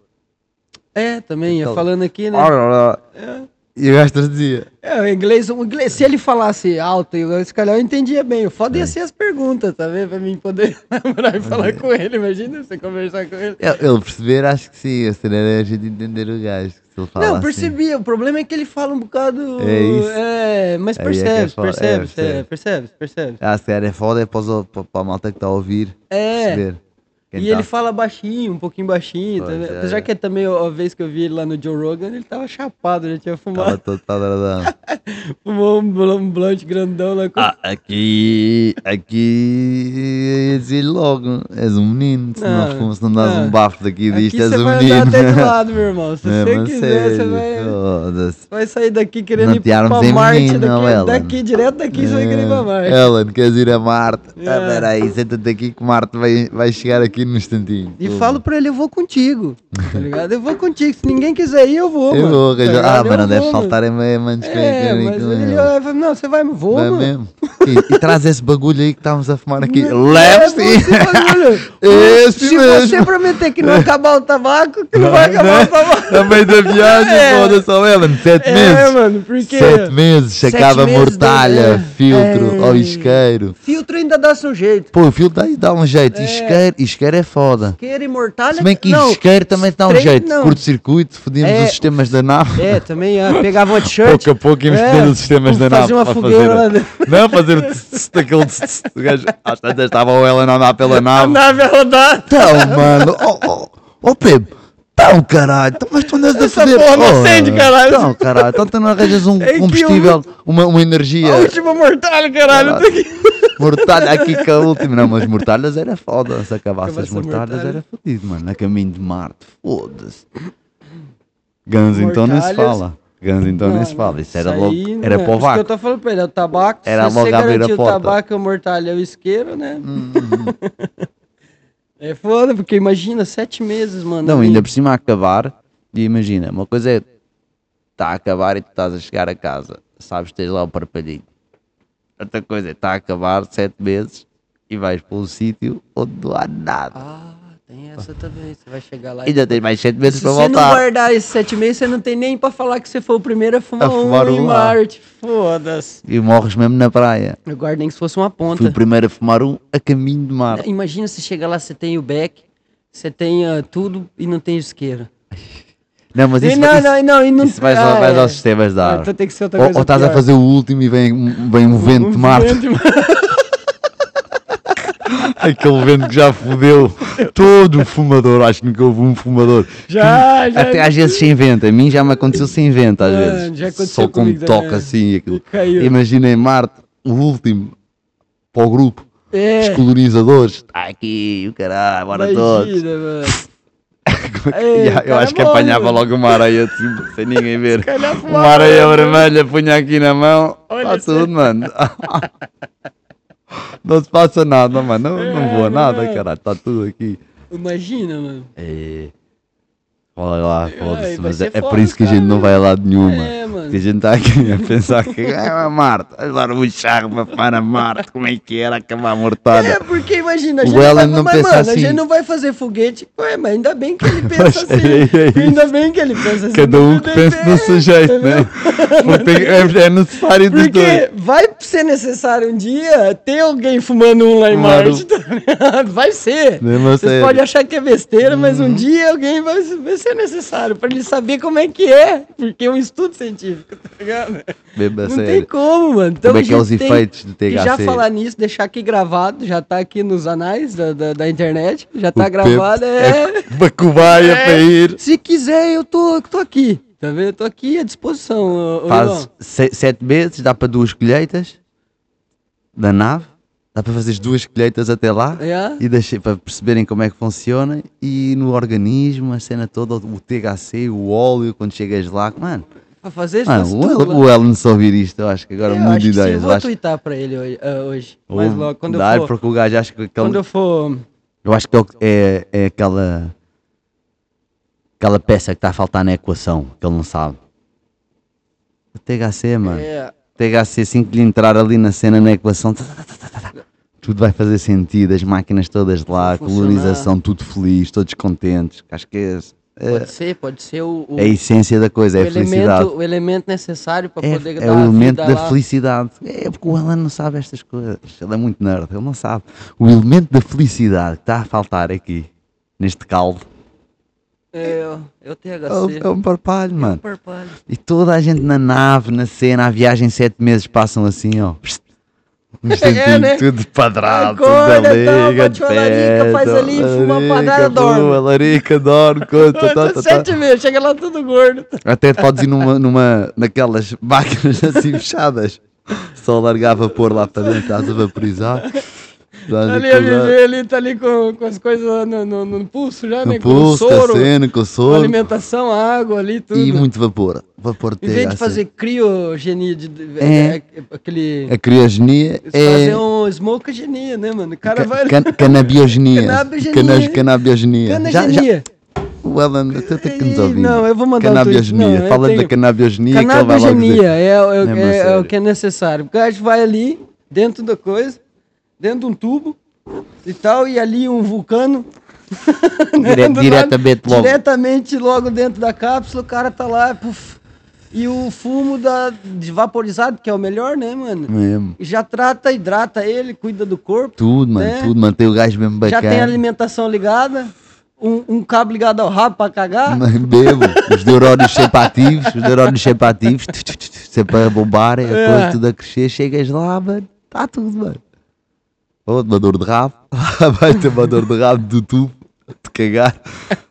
C: É, também, é
B: Então-
C: falando aqui, né?
B: Ora, ora. E o gajo trazia.
C: É, o inglês, o inglês, se ele falasse alto, eu, se calhar eu entendia bem. O foda ia ser as perguntas, tá vendo? Pra mim poder [LAUGHS] namorar e falar com ele. Imagina você conversar com ele.
B: Ele ele perceber, acho que sim. A cena era a gente entender o gajo. que Se ele fala
C: Não,
B: assim.
C: percebi. O problema é que ele fala um bocado.
B: É isso.
C: É, mas
B: Aí é que
C: percebe,
B: é foda.
C: percebe,
B: É,
C: é, percebe, percebe.
B: Ah, se calhar é foda, é para, os, para, para a malta que está a ouvir.
C: É.
B: Perceber. Quem
C: E
B: está
C: ele fala baixinho, um pouquinho baixinho. tá
B: tá Pois
C: vendo?
B: é.
C: Apesar que também a vez que eu vi ele lá no Joe Rogan, ele tava chapado, já tinha
B: Tava
C: fumado.
B: todo tadaradão.
C: Fumou [LAUGHS] um, bl- um blunt grandão lá
B: [LAUGHS]
C: com.
B: Ah, aqui. Aqui. ia dizer logo. És um menino. Se não,
C: Não,
B: fomos- se não dás
C: não.
B: um bafo daqui disto,
C: Aqui
B: és
C: você
B: um
C: vai
B: menino.
C: andar
B: [LAUGHS]
C: até do lado, meu irmão. Se
B: É,
C: você
B: mas
C: quiser, você
B: sério,
C: vai.
B: Foda-se.
C: Vai sair daqui querendo
B: Não
C: ir
B: te armes
C: pra
B: em
C: Marte
B: menino, É.
C: daqui,
B: Ellen.
C: daqui, direto daqui, você é vai querer ir pra Marte.
B: Ellen, queres ir a Marte? Ah,
C: É.
B: peraí, senta-te aqui que Marte vai, vai chegar aqui num instantinho.
C: E um
B: Pô.
C: falo pra ele, eu vou contigo, tá ligado? Eu vou contigo, se ninguém quiser ir, eu vou,
B: Eu
C: mano.
B: vou
C: tá
B: arranjar.
C: ligado?
B: Ah, mas
C: Eu
B: não deve
C: vou, mano.
B: faltar a meia mantes
C: É, um mas ele olha e fala, não, você vai, eu vou,
B: Vai
C: mano.
B: É
C: é
B: mesmo. E, e traz esse bagulho aí que estávamos a fumar aqui.
C: Leva
B: Leve-se! [LAUGHS]
C: esse bagulho.
B: Esse
C: Se você
B: mesmo!
C: prometer que não acabar o tabaco, que não vai acabar o tabaco.
B: No meio da viagem,
C: É.
B: foda-se, ó, Ellen, sete
C: É,
B: meses.
C: mano, porque
B: Sete meses,
C: Sete
B: chacava
C: meses
B: mortalha,
C: de-
B: filtro,
C: É.
B: ó, isqueiro.
C: filtro ainda dá seu jeito.
B: Pô, o filtro aí dá um jeito.
C: É.
B: Isqueiro, isqueiro é foda.
C: Queira imortalha...
B: Se bem que
C: não,
B: isqueiro também dá um
C: três-
B: jeito.
C: não.
B: Curto-circuito, fodíamos
C: É.
B: os sistemas da nave.
C: É, também, ah, pegava uma t-shirt,
B: Pouco a pouco íamos
C: É,
B: fodendo os sistemas da nave.
C: fazer uma
B: para
C: fogueira lá dentro.
B: Não, fazer o tss, tss, daquele tss, tss, o gajo. Às tantas estava o Ellen a andar pela
C: a
B: nave.
C: nave a rodar.
B: Então, mano, ó, ó, ó, Pepe. Então, caralho, então, mas tu andas a
C: Essa
B: foder.
C: porra não
B: Oh,
C: acende, caralho.
B: Então, caralho, então tu não arranjas um
C: É que eu-
B: combustível, uma, uma energia
C: A última mortalha, caralho.
B: Caralho.
C: eu tô aqui.
B: mortalha aqui com a última. Não, mas mortalhas era foda. Se acabasse as
C: Acabasse a
B: mortalhas
C: mortalha.
B: era fodido, mano. A caminho de Marte, foda-se. Guns, então nem se
C: Mortalhas.
B: fala. Guns, então nem se fala. Isso era
C: aí
B: logo.
C: não
B: Era para o
C: é. Isso que eu
B: vácuo.
C: tô falando pra ele, é o tabaco.
B: Era
C: se você
B: logo abrir a
C: garantir o
B: porta.
C: tabaco, a mortalha é o isqueiro, né?
B: Uhum.
C: [LAUGHS] É foda, porque imagina, sete meses, mano.
B: Não,
C: ali.
B: ainda por cima a acabar. E imagina, uma coisa é. Está a acabar e tu estás a chegar a casa. Sabes, tens lá o parpalhinho. Outra coisa é, está a acabar sete meses e vais para um sítio onde não há nada.
C: Ah, tem essa também. Você vai chegar lá
B: E
C: e...
B: ainda tens mais sete meses
C: Se
B: para
C: você não
B: voltar.
C: guardar esses sete meses, você não tem nem pra falar que você foi o primeiro a fumar,
B: A fumar
C: um em
B: um lá.
C: Marte. Foda-se.
B: E morres mesmo na praia.
C: Eu guardo nem que se fosse uma
B: Fui
C: ponta.
B: o primeiro a fumar um a caminho de mar.
C: Imagina você chega lá, você tem o back, você tem ah, tudo e não tem isqueiro.
B: Não, mas
C: E
B: isso,
C: não,
B: isso,
C: não, não, e não
B: isso vais,
C: ah,
B: ao- vais
C: é.
B: aos sistemas da
C: Ah,
B: árvore.
C: então tem que ser outra
B: Ou,
C: coisa
B: ou estás a
C: pior.
B: fazer o último e vem, um- vem um vento de [LAUGHS] Marte.
C: vento de Marte.
B: Aquele vento que já fodeu todo o fumador. Acho que nunca houve um fumador.
C: [LAUGHS]
B: [LAUGHS]
C: Já, já.
B: Até às vezes se inventa. A mim já me aconteceu se inventa às
C: Ah,
B: vezes.
C: já aconteceu
B: Só com um
C: comigo
B: toque
C: também.
B: assim. Aquilo.
C: Caiu.
B: Imagina em Marte, o último para o grupo. Os
C: É,
B: colonizadores. Está aqui, o caralho, bora todos.
C: imagina, mano.
B: E [LAUGHS]
C: É,
B: a- eu
C: cara
B: acho que
C: bom,
B: apanhava
C: mano.
B: logo uma areia assim, sem ninguém
C: [LAUGHS]
B: ver.
C: Calhar foi
B: Uma Um areia vermelha, punha aqui na mão.
C: Olha
B: Está tudo,
C: [LAUGHS]
B: mano. Não se passa nada, mano. Não,
C: É,
B: não voa nada, caralho. Está tudo aqui.
C: Imagina, mano.
B: É. Olha lá,
C: Ai,
B: foda-se.
C: vai
B: Mas
C: ser
B: é, é por
C: foda,
B: isso que a gente não vai a lado nenhum, mano.
C: É, mano.
B: Porque a gente está aqui a pensar que. Ah, Marta, agora o charro para para Marte. Como é que era acabar a
C: É,
B: mortalha?
C: porque
B: O
C: imagina, a gente, vai,
B: Alan não
C: mas,
B: pensa
C: mano, a
B: assim.
C: gente não vai fazer foguete. Ué, mas ainda bem
B: [LAUGHS]
C: que ele pensa
B: Mas é- é
C: assim. ainda bem que ele pensa assim.
B: Cada um que
C: Não
B: pensa
C: tem-
B: no seu jeito,
C: [LAUGHS] entendeu?
B: né? Porque tem- é, é necessário de dois.
C: Porque vai ser necessário um dia ter alguém fumando um lá em
B: Claro.
C: Marte. tá ligado? Vai ser.
B: Não é
C: Vocês
B: sério.
C: podem achar que é besteira, mas
B: Uhum.
C: um dia alguém vai, vai ser necessário para ele saber como é que é. Porque é um estudo científico, tá ligado?
B: Mesmo a
C: Não
B: sério.
C: tem como, mano. Então
B: Como
C: a
B: é que é os
C: gente tem-
B: efeitos do
C: E
B: THC?
C: já falar nisso, deixar aqui gravado, já tá aqui nos anais da, da, da internet, já
B: O
C: tá
B: Pepe
C: [LAUGHS] gravado, é...
B: Uma cobaia
C: É.
B: para ir.
C: Se quiser, eu tô, tô aqui, Tá vendo? Eu tô aqui à disposição, ô, ô
B: Fazes
C: João.
B: se- sete meses, dá para duas colheitas da nave. Dá para fazer duas colheitas até lá.
C: Yeah?
B: E deixei para perceberem como é que funciona. E no organismo, a cena toda, o THC, o óleo, quando chegas lá. Mano,
C: Pra fazer
B: mano
C: isso
B: Ah, o,
C: tudo né?
B: El,
C: lá.
B: o Elon se ouvir isto, eu acho que agora
C: É, Eu
B: muda
C: acho
B: de
C: que sim,
B: ideias. eu
C: vou
B: acho
C: tweetar pra ele hoje. ah, hoje. Mas
B: Ou
C: logo, quando
B: dar,
C: eu for...
B: é porque o gajo acho que aquele-
C: Quando eu for...
B: eu acho que é, o que- é, é aquela aquela peça que está a faltar na equação, que ele não sabe. O THC, mano.
C: É,
B: THC, assim que lhe entrar ali na cena, na equação, tá, tá, tá, tá, tá, tá, tudo vai fazer sentido, as máquinas todas lá, a
C: Vai funcionar.
B: colonização, tudo feliz, todos contentes. Acho que é,
C: pode ser, pode ser o, o,
B: é a essência da coisa,
C: o
B: é a felicidade.
C: elemento, o elemento necessário pra
B: É,
C: poder
B: é
C: dar
B: o elemento
C: vida
B: da
C: lá.
B: felicidade. É porque o Alan não sabe estas coisas. Ele é muito nerd, ele não sabe. O elemento da felicidade que está a faltar aqui, neste caldo,
C: É, eu, eu tenho
B: é um,
C: HC.
B: é um parpalho, mano.
C: Purple.
B: E toda a gente na nave, na cena, a viagem sete meses passam assim, ó.
C: [LAUGHS]
B: Um instantinho,
C: né?
B: tudo padrado, tudo
C: Acorda,
B: ali,
C: então,
B: liga
C: bate uma larica, faz ali, fuma uma parada, dorme.
B: A larica,
C: [LAUGHS]
B: dorme, conta, tá, tá, tá.
C: Sete meses, chega lá tudo gordo.
B: Até podes ir numa, numa naquelas máquinas assim fechadas. Só largava pôr lá para dentro, estás a vaporizar. Estás a
C: Ali, a
B: acordar.
C: viver, ele tá ali com, com as coisas no, no, no pulso já, né?
B: no
C: com
B: pulso,
C: o
B: com a
C: soro,
B: cena, com o
C: com
B: soro.
C: alimentação, água ali, tudo.
B: E muito vapor. Vapor assim.
C: em vez
B: THC.
C: de fazer criogenia, de, de-
B: É.
C: é, aquele...
B: A criogenia é.
C: Fazer um smokogenia, né, mano? O cara
B: ca-
C: vai...
B: can-
C: [LAUGHS]
B: canabiogenia.
C: Canabiogenia.
B: Canas- Canabiogenia. Já- já-
C: Canagenia.
B: O Alan, tu tem que nos
C: Ih,
B: ouvir.
C: não, eu vou mandar um tweet.
B: Canabiogenia.
C: Não, eu
B: Fala da
C: tenho-
B: canabiogenia que ele vai logo dizer.
C: Canabiogenia é, é-
B: Não,
C: é-
B: mas
C: é
B: sério.
C: o que é necessário. Porque a gente vai ali, dentro da coisa, dentro de um tubo e tal, e ali um vulcano. [LAUGHS] né,
B: Dire-
C: do
B: diretamente logo.
C: Diretamente logo dentro da cápsula, o cara tá lá, puf, e o fumo da, de vaporizado, que é o melhor, né, mano?
B: Mesmo.
C: Já trata, hidrata ele, cuida do corpo.
B: Hum. Tudo, mano,
C: Né?
B: tudo. Manter o gajo mesmo
C: Já
B: bacana.
C: tem a alimentação ligada, um, um cabo ligado ao rabo pra cagar.
B: Mas Bebo, os neurónios sempre ativos, os neurónios sempre ativos, tu, tu, tu, tu, sempre a bombar, a
C: É.
B: coisa tudo a crescer, chegas lá, mano, está tudo, mano. Ou uma dor de rabo, [LAUGHS] vai ter uma dor de rabo do tubo, de cagar,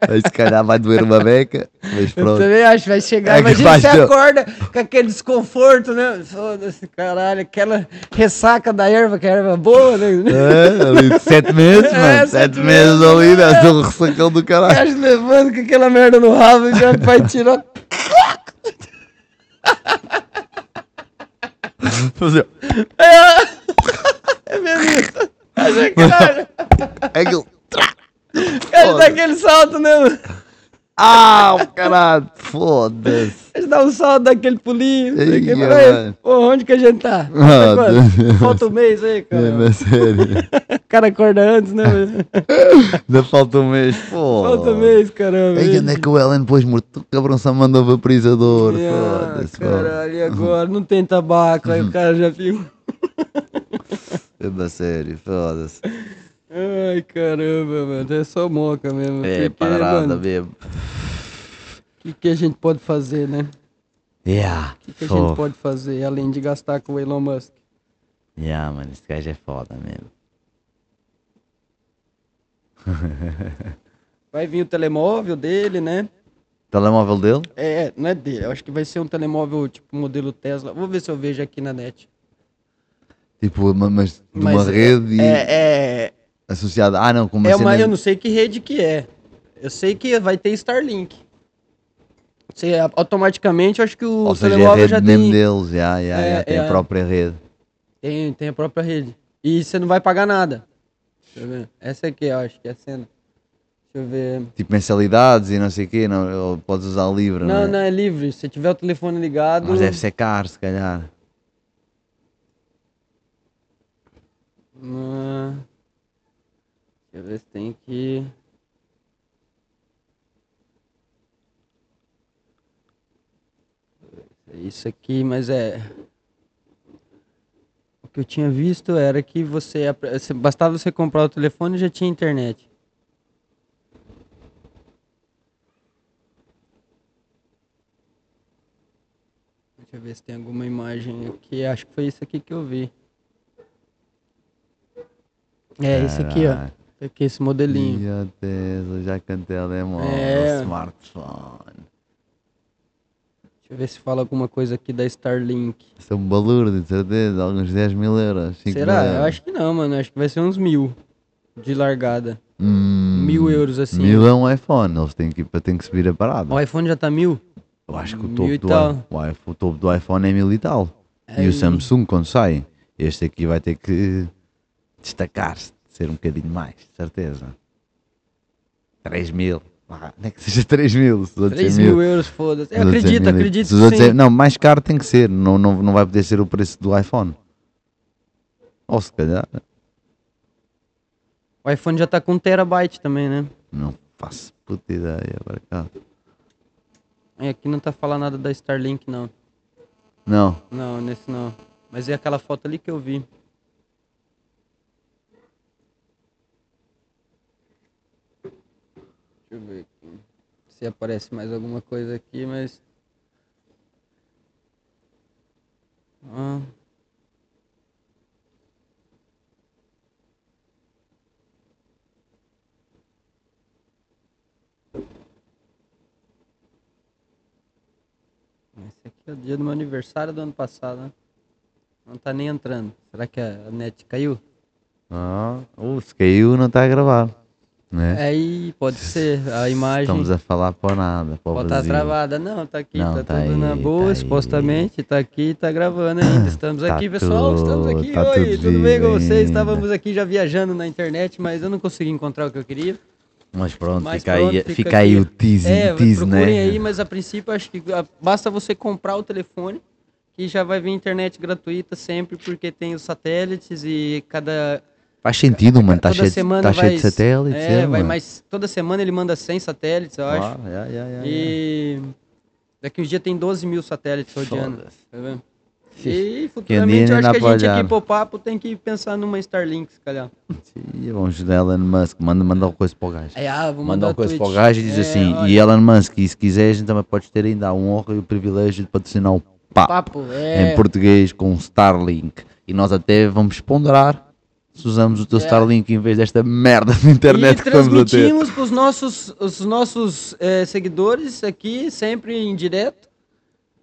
B: aí se calhar vai doer uma beca, mas
C: Eu
B: pronto.
C: também acho, vai chegar.
B: É
C: Imagina
B: capaz
C: você
B: de eu-
C: acorda com aquele desconforto, né? Foda-se, caralho, aquela ressaca da erva, que é erva boa, né?
B: É, ali de sete meses,
C: É,
B: mano, sete,
C: sete
B: meses
C: meses, é.
B: ali, deve ser um ressacão do
C: [LAUGHS] O
B: caralho.
C: gajo levando com aquela merda no rabo e já vai tirar.
B: Fazer-
C: É mesmo isso. Mas é Caralho,
B: É aquilo.
C: ele
B: Foda.
C: dá aquele salto, né? mano?
B: Ah, o caralho, foda-se.
C: Ele dá um salto, dá aquele pulinho. não sei o quê.
B: Ia,
C: Fala, "Ei,
B: mano.
C: Ô, onde que a gente tá?
B: Ah,
C: Tá quando?
B: Deus.
C: Falta um mês aí, cara.
B: É, mas sério.
C: O cara acorda antes, né? mano?
B: Ainda falta um mês. Pô.
C: Falta um mês, caramba.
B: Ei, onde é que o Ellen depois morto? O cabrão só mandou vaporizador.
C: Ah,
B: Foda-se, pô. Uhum.
C: Caralho, e agora? Não tem tabaco, aí o cara já fica.
B: Anda sério, foda-se.
C: Ai, caramba, mano. É só moca mesmo.
B: É
C: porque,
B: parada
C: mano,
B: mesmo.
C: O que, que a gente pode fazer, né?
B: Yeah.
C: O que, que a
B: Foda.
C: gente pode fazer além de gastar com o Elon Musk?
B: Yeah, mano, esse gajo é foda mesmo.
C: Vai vir o telemóvel dele, né?
B: Telemóvel dele?
C: É, é, não é dele. Eu acho que vai ser um telemóvel tipo modelo Tesla. Vou ver se eu vejo aqui na net.
B: Tipo, ma- mas de uma
C: Mas é-
B: rede
C: É, é,
B: associada. Ah, não, com uma
C: é
B: cena.
C: uma. Eu não sei que rede que é. Eu sei que vai ter Starlink. Você, automaticamente, eu acho que o
B: Ou seja, é a
C: telemóvel
B: rede
C: já
B: mesmo
C: tem,
B: deles. Yeah, yeah,
C: É,
B: yeah, tem
C: é.
B: a própria rede.
C: tem, tem a própria rede. E você não vai pagar nada. Deixa eu ver. Essa aqui, eu acho que é a cena. Deixa eu ver.
B: Tipo, mensalidades e não sei o quê. Não, ou podes usar livre,
C: Não,
B: não,
C: não, é livre. Se tiver o telefone ligado.
B: Mas é deve ser caro, se calhar.
C: Ah, Deixa eu ver se tem aqui. É Isso aqui, mas é. O que eu tinha visto era que você. apre- você- Bastava você comprar o telefone e já tinha internet. Deixa eu ver se tem alguma imagem aqui. Acho que foi isso aqui que eu vi. É, esse aqui, ó. É
B: Caralho.
C: Aqui, esse
B: um
C: modelinho.
B: Idiotez, eu já cantei alemão,
C: É.
B: smartphone.
C: Deixa eu ver se fala alguma coisa aqui da Starlink.
B: Isso é um balúrdio, de certeza. Alguns 10 mil euros. cinco
C: Será?
B: mil euros.
C: Eu acho que não, mano. Acho que vai ser uns mil de largada.
B: Hum,
C: Mil euros, assim.
B: Mil é um iPhone. Eles têm que, têm que subir a parada.
C: O iPhone já tá mil?
B: Eu acho que o
C: Mil
B: topo,
C: Hum, e
B: do,
C: tal.
B: i- o, iPhone, o topo do iPhone é mil e tal. E o Samsung, quando sai, este aqui vai ter que destacar-se, ser um bocadinho mais, de certeza. 3 mil. Ah, nem que seja 3 mil. Se os outros
C: 3
B: é mil.
C: mil euros, foda-se.
B: se os
C: Eu
B: outros é
C: acredito,
B: mil e-
C: acredito
B: se os outros
C: que
B: é-
C: sim.
B: Não, mais caro tem que ser. Não, não, não vai poder ser o preço do iPhone. Ou se calhar,
C: O iPhone já tá com um terabyte também, né?
B: não faço puta ideia. para cá.
C: É, aqui não tá falando nada da Starlink, não.
B: Não,
C: Não, nesse não. Mas é aquela foto ali que eu vi. Deixa eu ver aqui. Se aparece mais alguma coisa aqui, mas. Ah. Esse aqui é o dia do meu aniversário do ano passado, né? Não tá nem entrando. Será que a net caiu?
B: não. Uh, se caiu, não está a gravar. Né?
C: É, Aí pode ser a imagem.
B: Estamos a falar para nada. Para o
C: Pode estar
B: vazio.
C: travada. Não, tá aqui,
B: Não,
C: tá,
B: tá
C: tudo na
B: aí,
C: boa,
B: tá aí.
C: supostamente, tá aqui, tá gravando ainda. Estamos
B: Tá
C: aqui, pessoal, estamos aqui.
B: tudo, tá
C: Oi,
B: tudo
C: tudo, bem com
B: vivo
C: vocês?
B: ainda.
C: Estávamos aqui já viajando na internet, mas eu não consegui encontrar o que eu queria.
B: Mas pronto,
C: Mas
B: fica,
C: pronto,
B: aí,
C: fica
B: fica, aí
C: aqui.
B: o teasing,
C: é,
B: tease, né?
C: procurem aí, mas a princípio acho que ah, basta você comprar o telefone que já vai vir internet gratuita sempre, porque tem os satélites e cada
B: Faz sentido, mano. Tá
C: toda
B: cheio, de-
C: semana
B: tá
C: vai
B: cheio de satélites.
C: É, vai
B: mano.
C: mais toda semana ele manda 100 satélites, eu acho.
B: Ah, é, é, é, é.
C: E daqui uns dias tem 12 mil satélites rodeando.
B: Foda-se.
C: Tá vendo? E
B: nem
C: futuramente eu
B: dá
C: acho que a
B: pra
C: gente
B: olhar.
C: aqui pro papo tem que pensar numa Starlink, se calhar.
B: E Vamos ajudar é Elon Musk. Manda, manda uma coisa para o gajo.
C: É, ah,
B: manda
C: vou mandar
B: uma coisa
C: tweet.
B: para o gajo e diz
C: É,
B: assim:
C: olha,
B: e Elon Musk, e se quiser, a gente também pode ter ainda a honra e o privilégio de patrocinar o PAP
C: papo, é.
B: em português com Starlink. E nós até vamos ponderar se usamos o teu
C: É.
B: Starlink em vez desta merda de internet
C: e
B: que tá estamos a ter.
C: transmitimos pros nossos, os nossos eh, seguidores aqui, sempre em direto.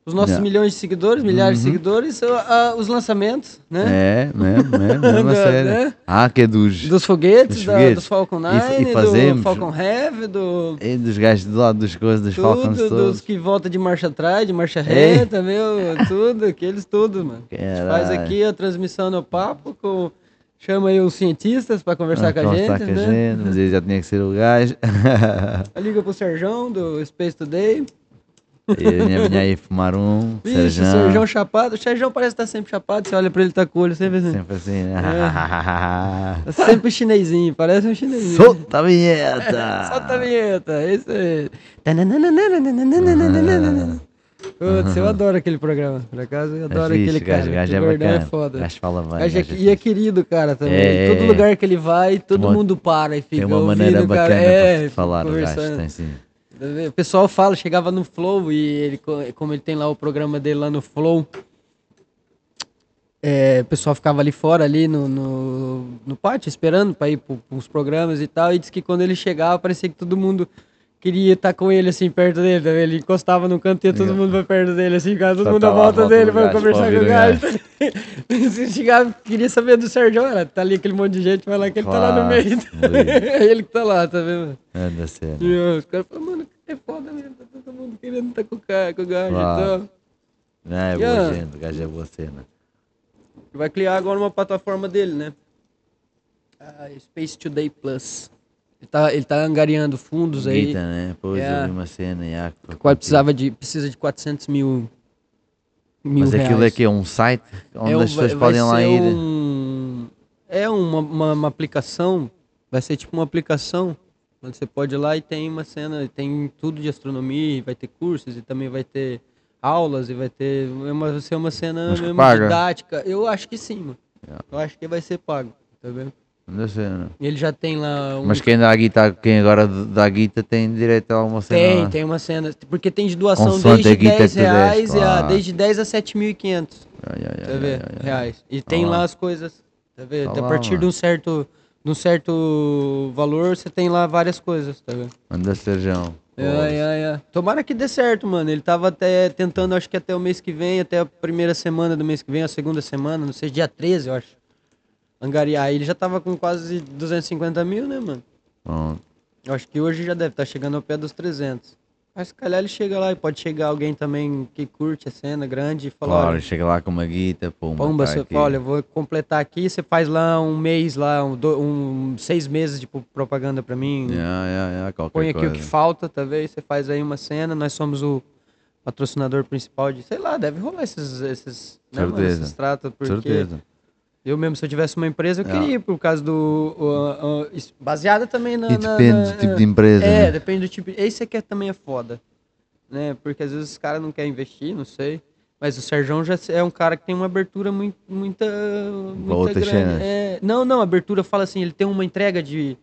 C: Os nossos
B: Yeah.
C: milhões de seguidores, milhares
B: Uhum.
C: de seguidores, ah, ah, os lançamentos, né?
B: É, mesmo, mesmo, mesmo, a
C: Né?
B: sério. Ah, que é dos.
C: Dos foguetes,
B: Dos
C: da-
B: foguetes.
C: dos Falcon
B: E fa- e
C: 9,
B: fazemos-
C: do Falcon Heavy, do
B: É, dos gajos do lado dos coisas, dos
C: Tudo,
B: Falcons
C: dos
B: todos. É.
C: que volta de marcha atrás, de marcha reta, meu, tudo, aqueles tudo, mano. A gente Faz
B: Caralho.
C: aqui a transmissão no papo, com, chama aí os cientistas pra conversar
B: Vamos
C: com a gente,
B: Ah, conversar com a
C: né?
B: gente, mas ele já tinha que ser o
C: [LAUGHS]
B: gajo.
C: Liga pro Serjão, do Space Today.
B: Eu vinha, vinha aí fumar um.
C: Vixe,
B: Sérgio.
C: o Serjão chapado. O Serjão parece que tá sempre chapado, você olha pra ele, tá com o olho sempre assim.
B: Sempre assim. né?
C: Tá sempre chinesinho, parece um
B: [LAUGHS]
C: chinesinho.
B: Solta a vinheta!
C: [LAUGHS] Solta a vinheta, é isso aí. Tananananananananananananana. Putz, eu adoro aquele programa, por acaso eu adoro
B: Mas,
C: aquele
B: vixe, gajo,
C: cara.
B: gajo
C: que
B: é
C: gordão
B: bacana.
C: é foda.
B: Gajo fala bem.
C: Gajo é-
B: gajo é
C: e é
B: fixe.
C: querido, cara, também.
B: É,
C: Todo
B: é,
C: lugar que ele vai, todo
B: Uma-
C: mundo para e fica
B: Tem uma
C: ouvindo
B: maneira
C: o
B: bacana
C: cara.
B: para
C: É,
B: de falar né, o gajo.
C: conversando.
B: Tem sim.
C: O pessoal fala, chegava no Flow e ele, co- como ele tem lá o programa dele lá no Flow, é, o pessoal ficava ali fora, ali no, no, no pátio, esperando pra ir pro, pros programas e tal, e disse que quando ele chegava, parecia que todo mundo queria estar com ele, assim, perto dele, tá vendo? Ele encostava no canto e todo mundo vai perto dele, assim, cara, todo
B: Só
C: mundo
B: tá
C: à
B: lá,
C: volta
B: volta
C: dele
B: do
C: pra
B: gajo,
C: conversar
B: pra
C: com o
B: ouvir o
C: gajo. [LAUGHS] Se chegava, queria saber do Sérgio, olha, tá ali aquele monte de gente, mas lá que ele tá lá no
B: Claro,
C: meio.
B: bonito.
C: é [LAUGHS] ele que tá lá, tá vendo?
B: Anda sério.
C: E ó, os caras falam, mano, é foda mesmo, tá todo mundo querendo estar com o cara, com o gajo
B: Claro.
C: e tal.
B: Não, é boa
C: Yeah.
B: gente, o gajo é boa cena.
C: Vai criar agora uma plataforma dele, né? Ah, Space Today Plus. Ele tá, ele tá angariando fundos aí.
B: Guita, né? Pois
C: Yeah.
B: eu vi uma cena. Yeah, que foi
C: Qual
B: contigo.
C: precisava de, precisa de 400 mil, mil
B: Mas aquilo
C: reais.
B: é que é um site onde
C: É um-
B: as pessoas
C: vai- vai
B: podem lá
C: ser
B: ir.
C: um- é uma, uma, uma aplicação, vai ser tipo uma aplicação, onde você pode ir lá e tem uma cena, tem tudo de astronomia, e vai ter cursos e também vai ter aulas e vai ter, é uma, vai ser uma cena
B: Mas que
C: mesmo
B: paga? É.
C: didática. Eu acho que sim, mano. Eu acho que vai ser pago, tá vendo?
B: Anda cena.
C: Ele já tem lá um...
B: Mas quem dá a guita, quem agora dá a guita tem direito a é? alguma cena.
C: tem,
B: lá.
C: tem uma cena, porque tem de doação
B: Consoante a é
C: desde
B: guita
C: 10
B: que tu des,
C: reais, a,
B: claro.
C: desde 10 a 7.500.
B: Ah, yeah, yeah,
C: tá
B: yeah,
C: vendo?
B: yeah, yeah.
C: Reais. E tem
B: lá.
C: lá. as coisas. Tá vendo?
B: Tá
C: a
B: lá,
C: partir de
B: mano.
C: um certo de um certo valor, você tem lá várias coisas, tá vendo?
B: Anda Serjão.
C: É, é, é. Tomara que dê certo, mano. Ele tava até tentando, acho que até o mês que vem, até a primeira semana do mês que vem, a segunda semana, não sei, dia 13, eu acho. Angariar. Aí Ele já tava com quase 250 mil, né, mano?
B: Pronto.
C: Eu acho que hoje já deve estar chegando ao pé dos 300. Mas se calhar ele chega lá e pode chegar alguém também que curte a cena grande e falar,
B: Claro,
C: olha,
B: chega lá com uma guita, pumba.
C: Pomba,
B: tá
C: você
B: aqui.
C: fala, olha, vou completar aqui, você faz lá um mês, lá, um, do- um- seis meses de pu- propaganda pra mim.
B: Yeah, yeah, yeah, qualquer
C: Põe aqui
B: coisa.
C: o que falta, talvez, você faz aí uma cena, nós somos o patrocinador principal de, sei lá, deve rolar esses, esses, né, mano,
B: Certeza.
C: esses tratos, porque
B: Certeza.
C: eu mesmo, se eu tivesse uma empresa, eu
B: É.
C: queria ir por causa do, o- o- isso- baseada também na...
B: E
C: na-
B: depende
C: na-
B: do tipo de empresa.
C: é,
B: né?
C: depende do tipo. Esse aqui é- também é foda. Né? Porque às vezes os caras não querem investir, não sei. Mas o Serjão já é um cara que tem uma abertura muito, muita. muita
B: outra
C: grande.
B: chance.
C: É, não, não, abertura fala assim, ele tem uma entrega de.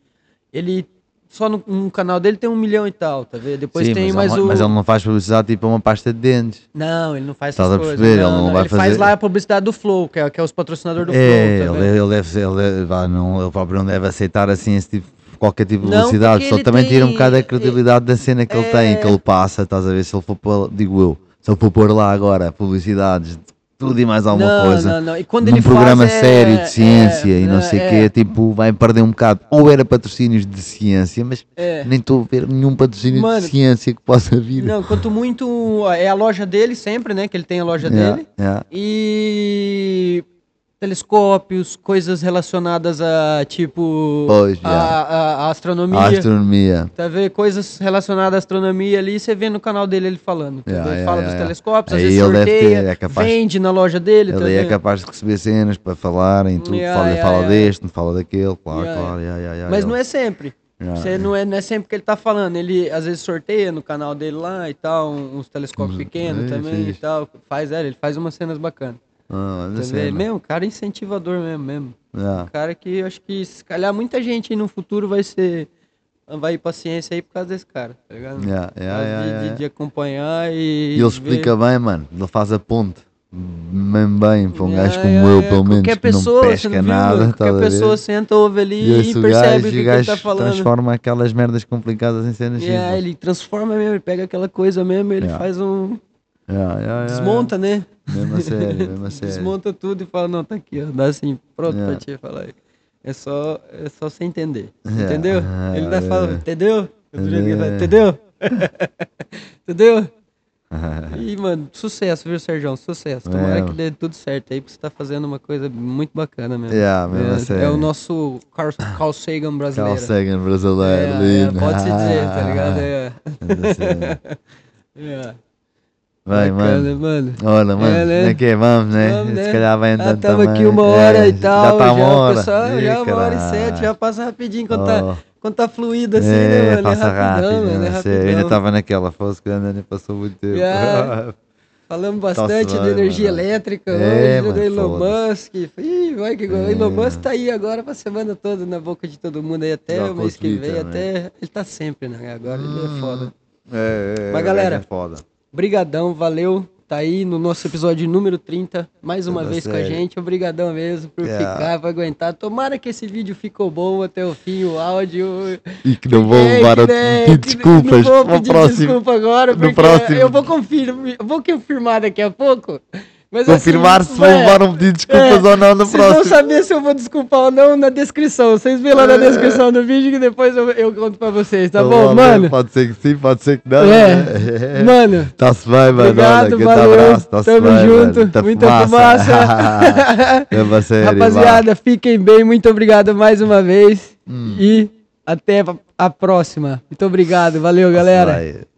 C: Ele. Só no, no canal dele tem um milhão e tal, tá vendo? Depois
B: Sim,
C: tem
B: mas,
C: mais
B: ele,
C: o.
B: mas ele não faz publicidade tipo uma pasta de dentes.
C: Não, ele não faz
B: Tá
C: essas
B: a
C: coisas.
B: perceber, ele não vai
C: ele faz
B: fazer-
C: lá a publicidade do Flow, que é, que é os patrocinadores do
B: É,
C: Flow. tá
B: ele,
C: vendo?
B: ele, deve, ele, é, vá, não, ele próprio não deve aceitar assim esse tipo, qualquer tipo de
C: Não,
B: publicidade.
C: porque
B: Só
C: ele
B: também tira um
C: tem- é,
B: bocado a credibilidade da cena que ele tem, que ele passa, estás a ver? Se ele for pôr, digo eu, se ele for pôr lá agora publicidades, tudo e mais alguma
C: não,
B: coisa.
C: não, não. E quando
B: num
C: ele
B: programa
C: faz, é-
B: sério de ciência
C: é-
B: e não
C: é-
B: sei o
C: é.
B: quê, tipo, vai perder um bocado. Ou era patrocínios de ciência, mas
C: É.
B: nem estou a ver nenhum patrocínio
C: Mano,
B: de ciência que possa vir.
C: Não, quanto muito. É a loja dele sempre, né? Que ele tem a loja
B: Yeah,
C: dele.
B: yeah.
C: E. Telescópios, coisas relacionadas a tipo.
B: Pois,
C: a,
B: yeah.
C: a- a astronomia.
B: A astronomia.
C: Tá vendo? Coisas relacionadas à astronomia ali, você vê no canal dele ele falando. tá
B: Yeah,
C: vendo? ele
B: yeah,
C: fala
B: yeah,
C: dos
B: yeah.
C: telescópios,
B: É, Aí
C: às vezes
B: ele deve ter,
C: sorteia,
B: é capaz-
C: vende na loja dele. tá
B: Ele é
C: vendo?
B: capaz de receber cenas para falar em tudo.
C: Yeah,
B: fala
C: yeah,
B: fala
C: yeah.
B: deste, fala daquele, claro,
C: Yeah,
B: claro. yeah, yeah, yeah,
C: Mas
B: ele-
C: não é sempre.
B: Yeah,
C: Você não, é, não é sempre que ele tá falando. Ele às vezes sorteia no canal dele lá e tal, um- uns telescópios
B: Hum,
C: pequenos
B: é,
C: também
B: sim.
C: e tal. Faz, é, ele faz umas cenas bacanas.
B: Ah, não
C: Tá
B: sei,
C: vendo?
B: não.
C: Mesmo, cara incentivador mesmo, mesmo. Um
B: Yeah.
C: Cara que eu acho que se calhar muita gente aí no futuro vai ser. Vai ir pra ciência aí por causa desse cara, tá ligado?
B: Yeah,
C: Por
B: yeah,
C: causa
B: yeah,
C: de,
B: yeah.
C: de- de acompanhar e.
B: é, E ele
C: de ver.
B: explica bem, mano. Ele faz a ponte. Mesmo bem, para um
C: Yeah,
B: gajo como
C: yeah,
B: eu,
C: yeah.
B: pelo menos,
C: é, Qualquer
B: que
C: pessoa,
B: não
C: você
B: pesca
C: não viu,
B: nada.
C: mano?
B: estás a
C: Qualquer
B: ver?
C: pessoa senta, ouve ali e,
B: esse
C: percebe o que,
B: o
C: que ele tá
B: gajo
C: falando.
B: transforma né? aquelas merdas complicadas em cenas
C: Yeah,
B: simples.
C: ele transforma mesmo, ele pega aquela coisa mesmo, ele
B: Yeah.
C: faz um.
B: Yeah, yeah, yeah,
C: Desmonta, né?
B: yeah. Mesmo a sério,
C: [LAUGHS]
B: mesmo a sério. [LAUGHS]
C: Desmonta tudo e fala, não, tá aqui, ó. Dá assim, pronto
B: Yeah.
C: pra ti falar. aí. É só, é só você entender.
B: Yeah.
C: Entendeu? Ele ainda
B: Yeah.
C: fala, entendeu? É do jeito que ele fala,
B: Yeah.
C: Entendeu? [LAUGHS] Entendeu? E, mano, sucesso, viu, Sérgio? Sucesso. Tomara
B: É,
C: que dê tudo certo aí, porque você tá fazendo uma coisa muito bacana mesmo.
B: Yeah, mesmo a
C: é, é
B: sério.
C: o nosso Carl, Carl Sagan brasileiro.
B: Carl Sagan brasileiro,
C: É, é,
B: lindo.
C: pode se dizer, tá
B: [LAUGHS]
C: ligado?
B: Ah,
C: É.
B: mesmo a sério.
C: é.
B: Vai,
C: Bacana,
B: mano.
C: mano.
B: Olha, mano,
C: É, né?
B: como é que é? Vamos, né?
C: Vamos, né?
B: Se calhar vai andando
C: Ah, tava
B: também.
C: aqui uma hora
B: É,
C: e tal,
B: Já tá uma hora.
C: pessoal,
B: Ih,
C: já é uma hora e sete, já
B: caralho.
C: passa rapidinho quando,
B: Oh.
C: tá, quando tá fluido assim,
B: é,
C: né, mano? É
B: passa
C: rapidão,
B: rápido,
C: mano, é
B: não sei. Eu ainda
C: rapidão.
B: estava naquela, fosse que ainda nem passou muito tempo.
C: Yeah. Falamos
B: Tá
C: bastante
B: Nossa,
C: de energia
B: mano.
C: elétrica
B: né? É,
C: hoje, né, do
B: mano,
C: Elon
B: foda-se.
C: Musk. Ih, vai que go-
B: É.
C: Elon Musk tá aí agora pra semana toda na boca de todo mundo aí até
B: Já
C: o mês que vem,
B: conflita,
C: até. Ele tá sempre, né? Agora
B: Hum.
C: ele é foda.
B: [LAUGHS] É, é,
C: Mas,
B: é,
C: galera,
B: é foda.
C: Brigadão, valeu. Tá aí no nosso episódio número 30, mais uma
B: Tá
C: vez com a
B: sério.
C: gente. Obrigadão mesmo por
B: Yeah.
C: ficar, por aguentar. Tomara que esse vídeo ficou bom até o fim, o áudio.
B: E que não vou
C: É,
B: levar a
C: que, né,
B: pedir
C: que
B: [LAUGHS] desculpas
C: Não
B: ao
C: vou pedir
B: próximo.
C: desculpa agora,
B: no
C: porque
B: próximo.
C: eu vou confirmar, vou confirmar daqui a pouco. Mas
B: Confirmar
C: assim,
B: se vão
C: vai,
B: levar um pedido de desculpas
C: é,
B: ou não no
C: Vocês vão
B: próximo. É.
C: saber se eu vou desculpar ou não na descrição. Vocês vêem lá na descrição do vídeo que depois eu, eu conto pra vocês, tá
B: Então,
C: bom,
B: vamos ver,
C: mano?
B: Pode ser que sim, pode ser que não. né?
C: É, mano.
B: Tá-se bem, mano.
C: Obrigado,
B: Olha, grande
C: valeu,
B: abraço. Tá-se
C: tamo
B: bem,
C: junto,
B: mano. [LAUGHS]
C: muita fumaça.
B: Mesmo a sério,
C: Rapaziada, fiquem bem. Muito obrigado mais uma
B: Hum.
C: vez. E até a próxima. Muito obrigado. Valeu,
B: vá.
C: galera.
B: Vai.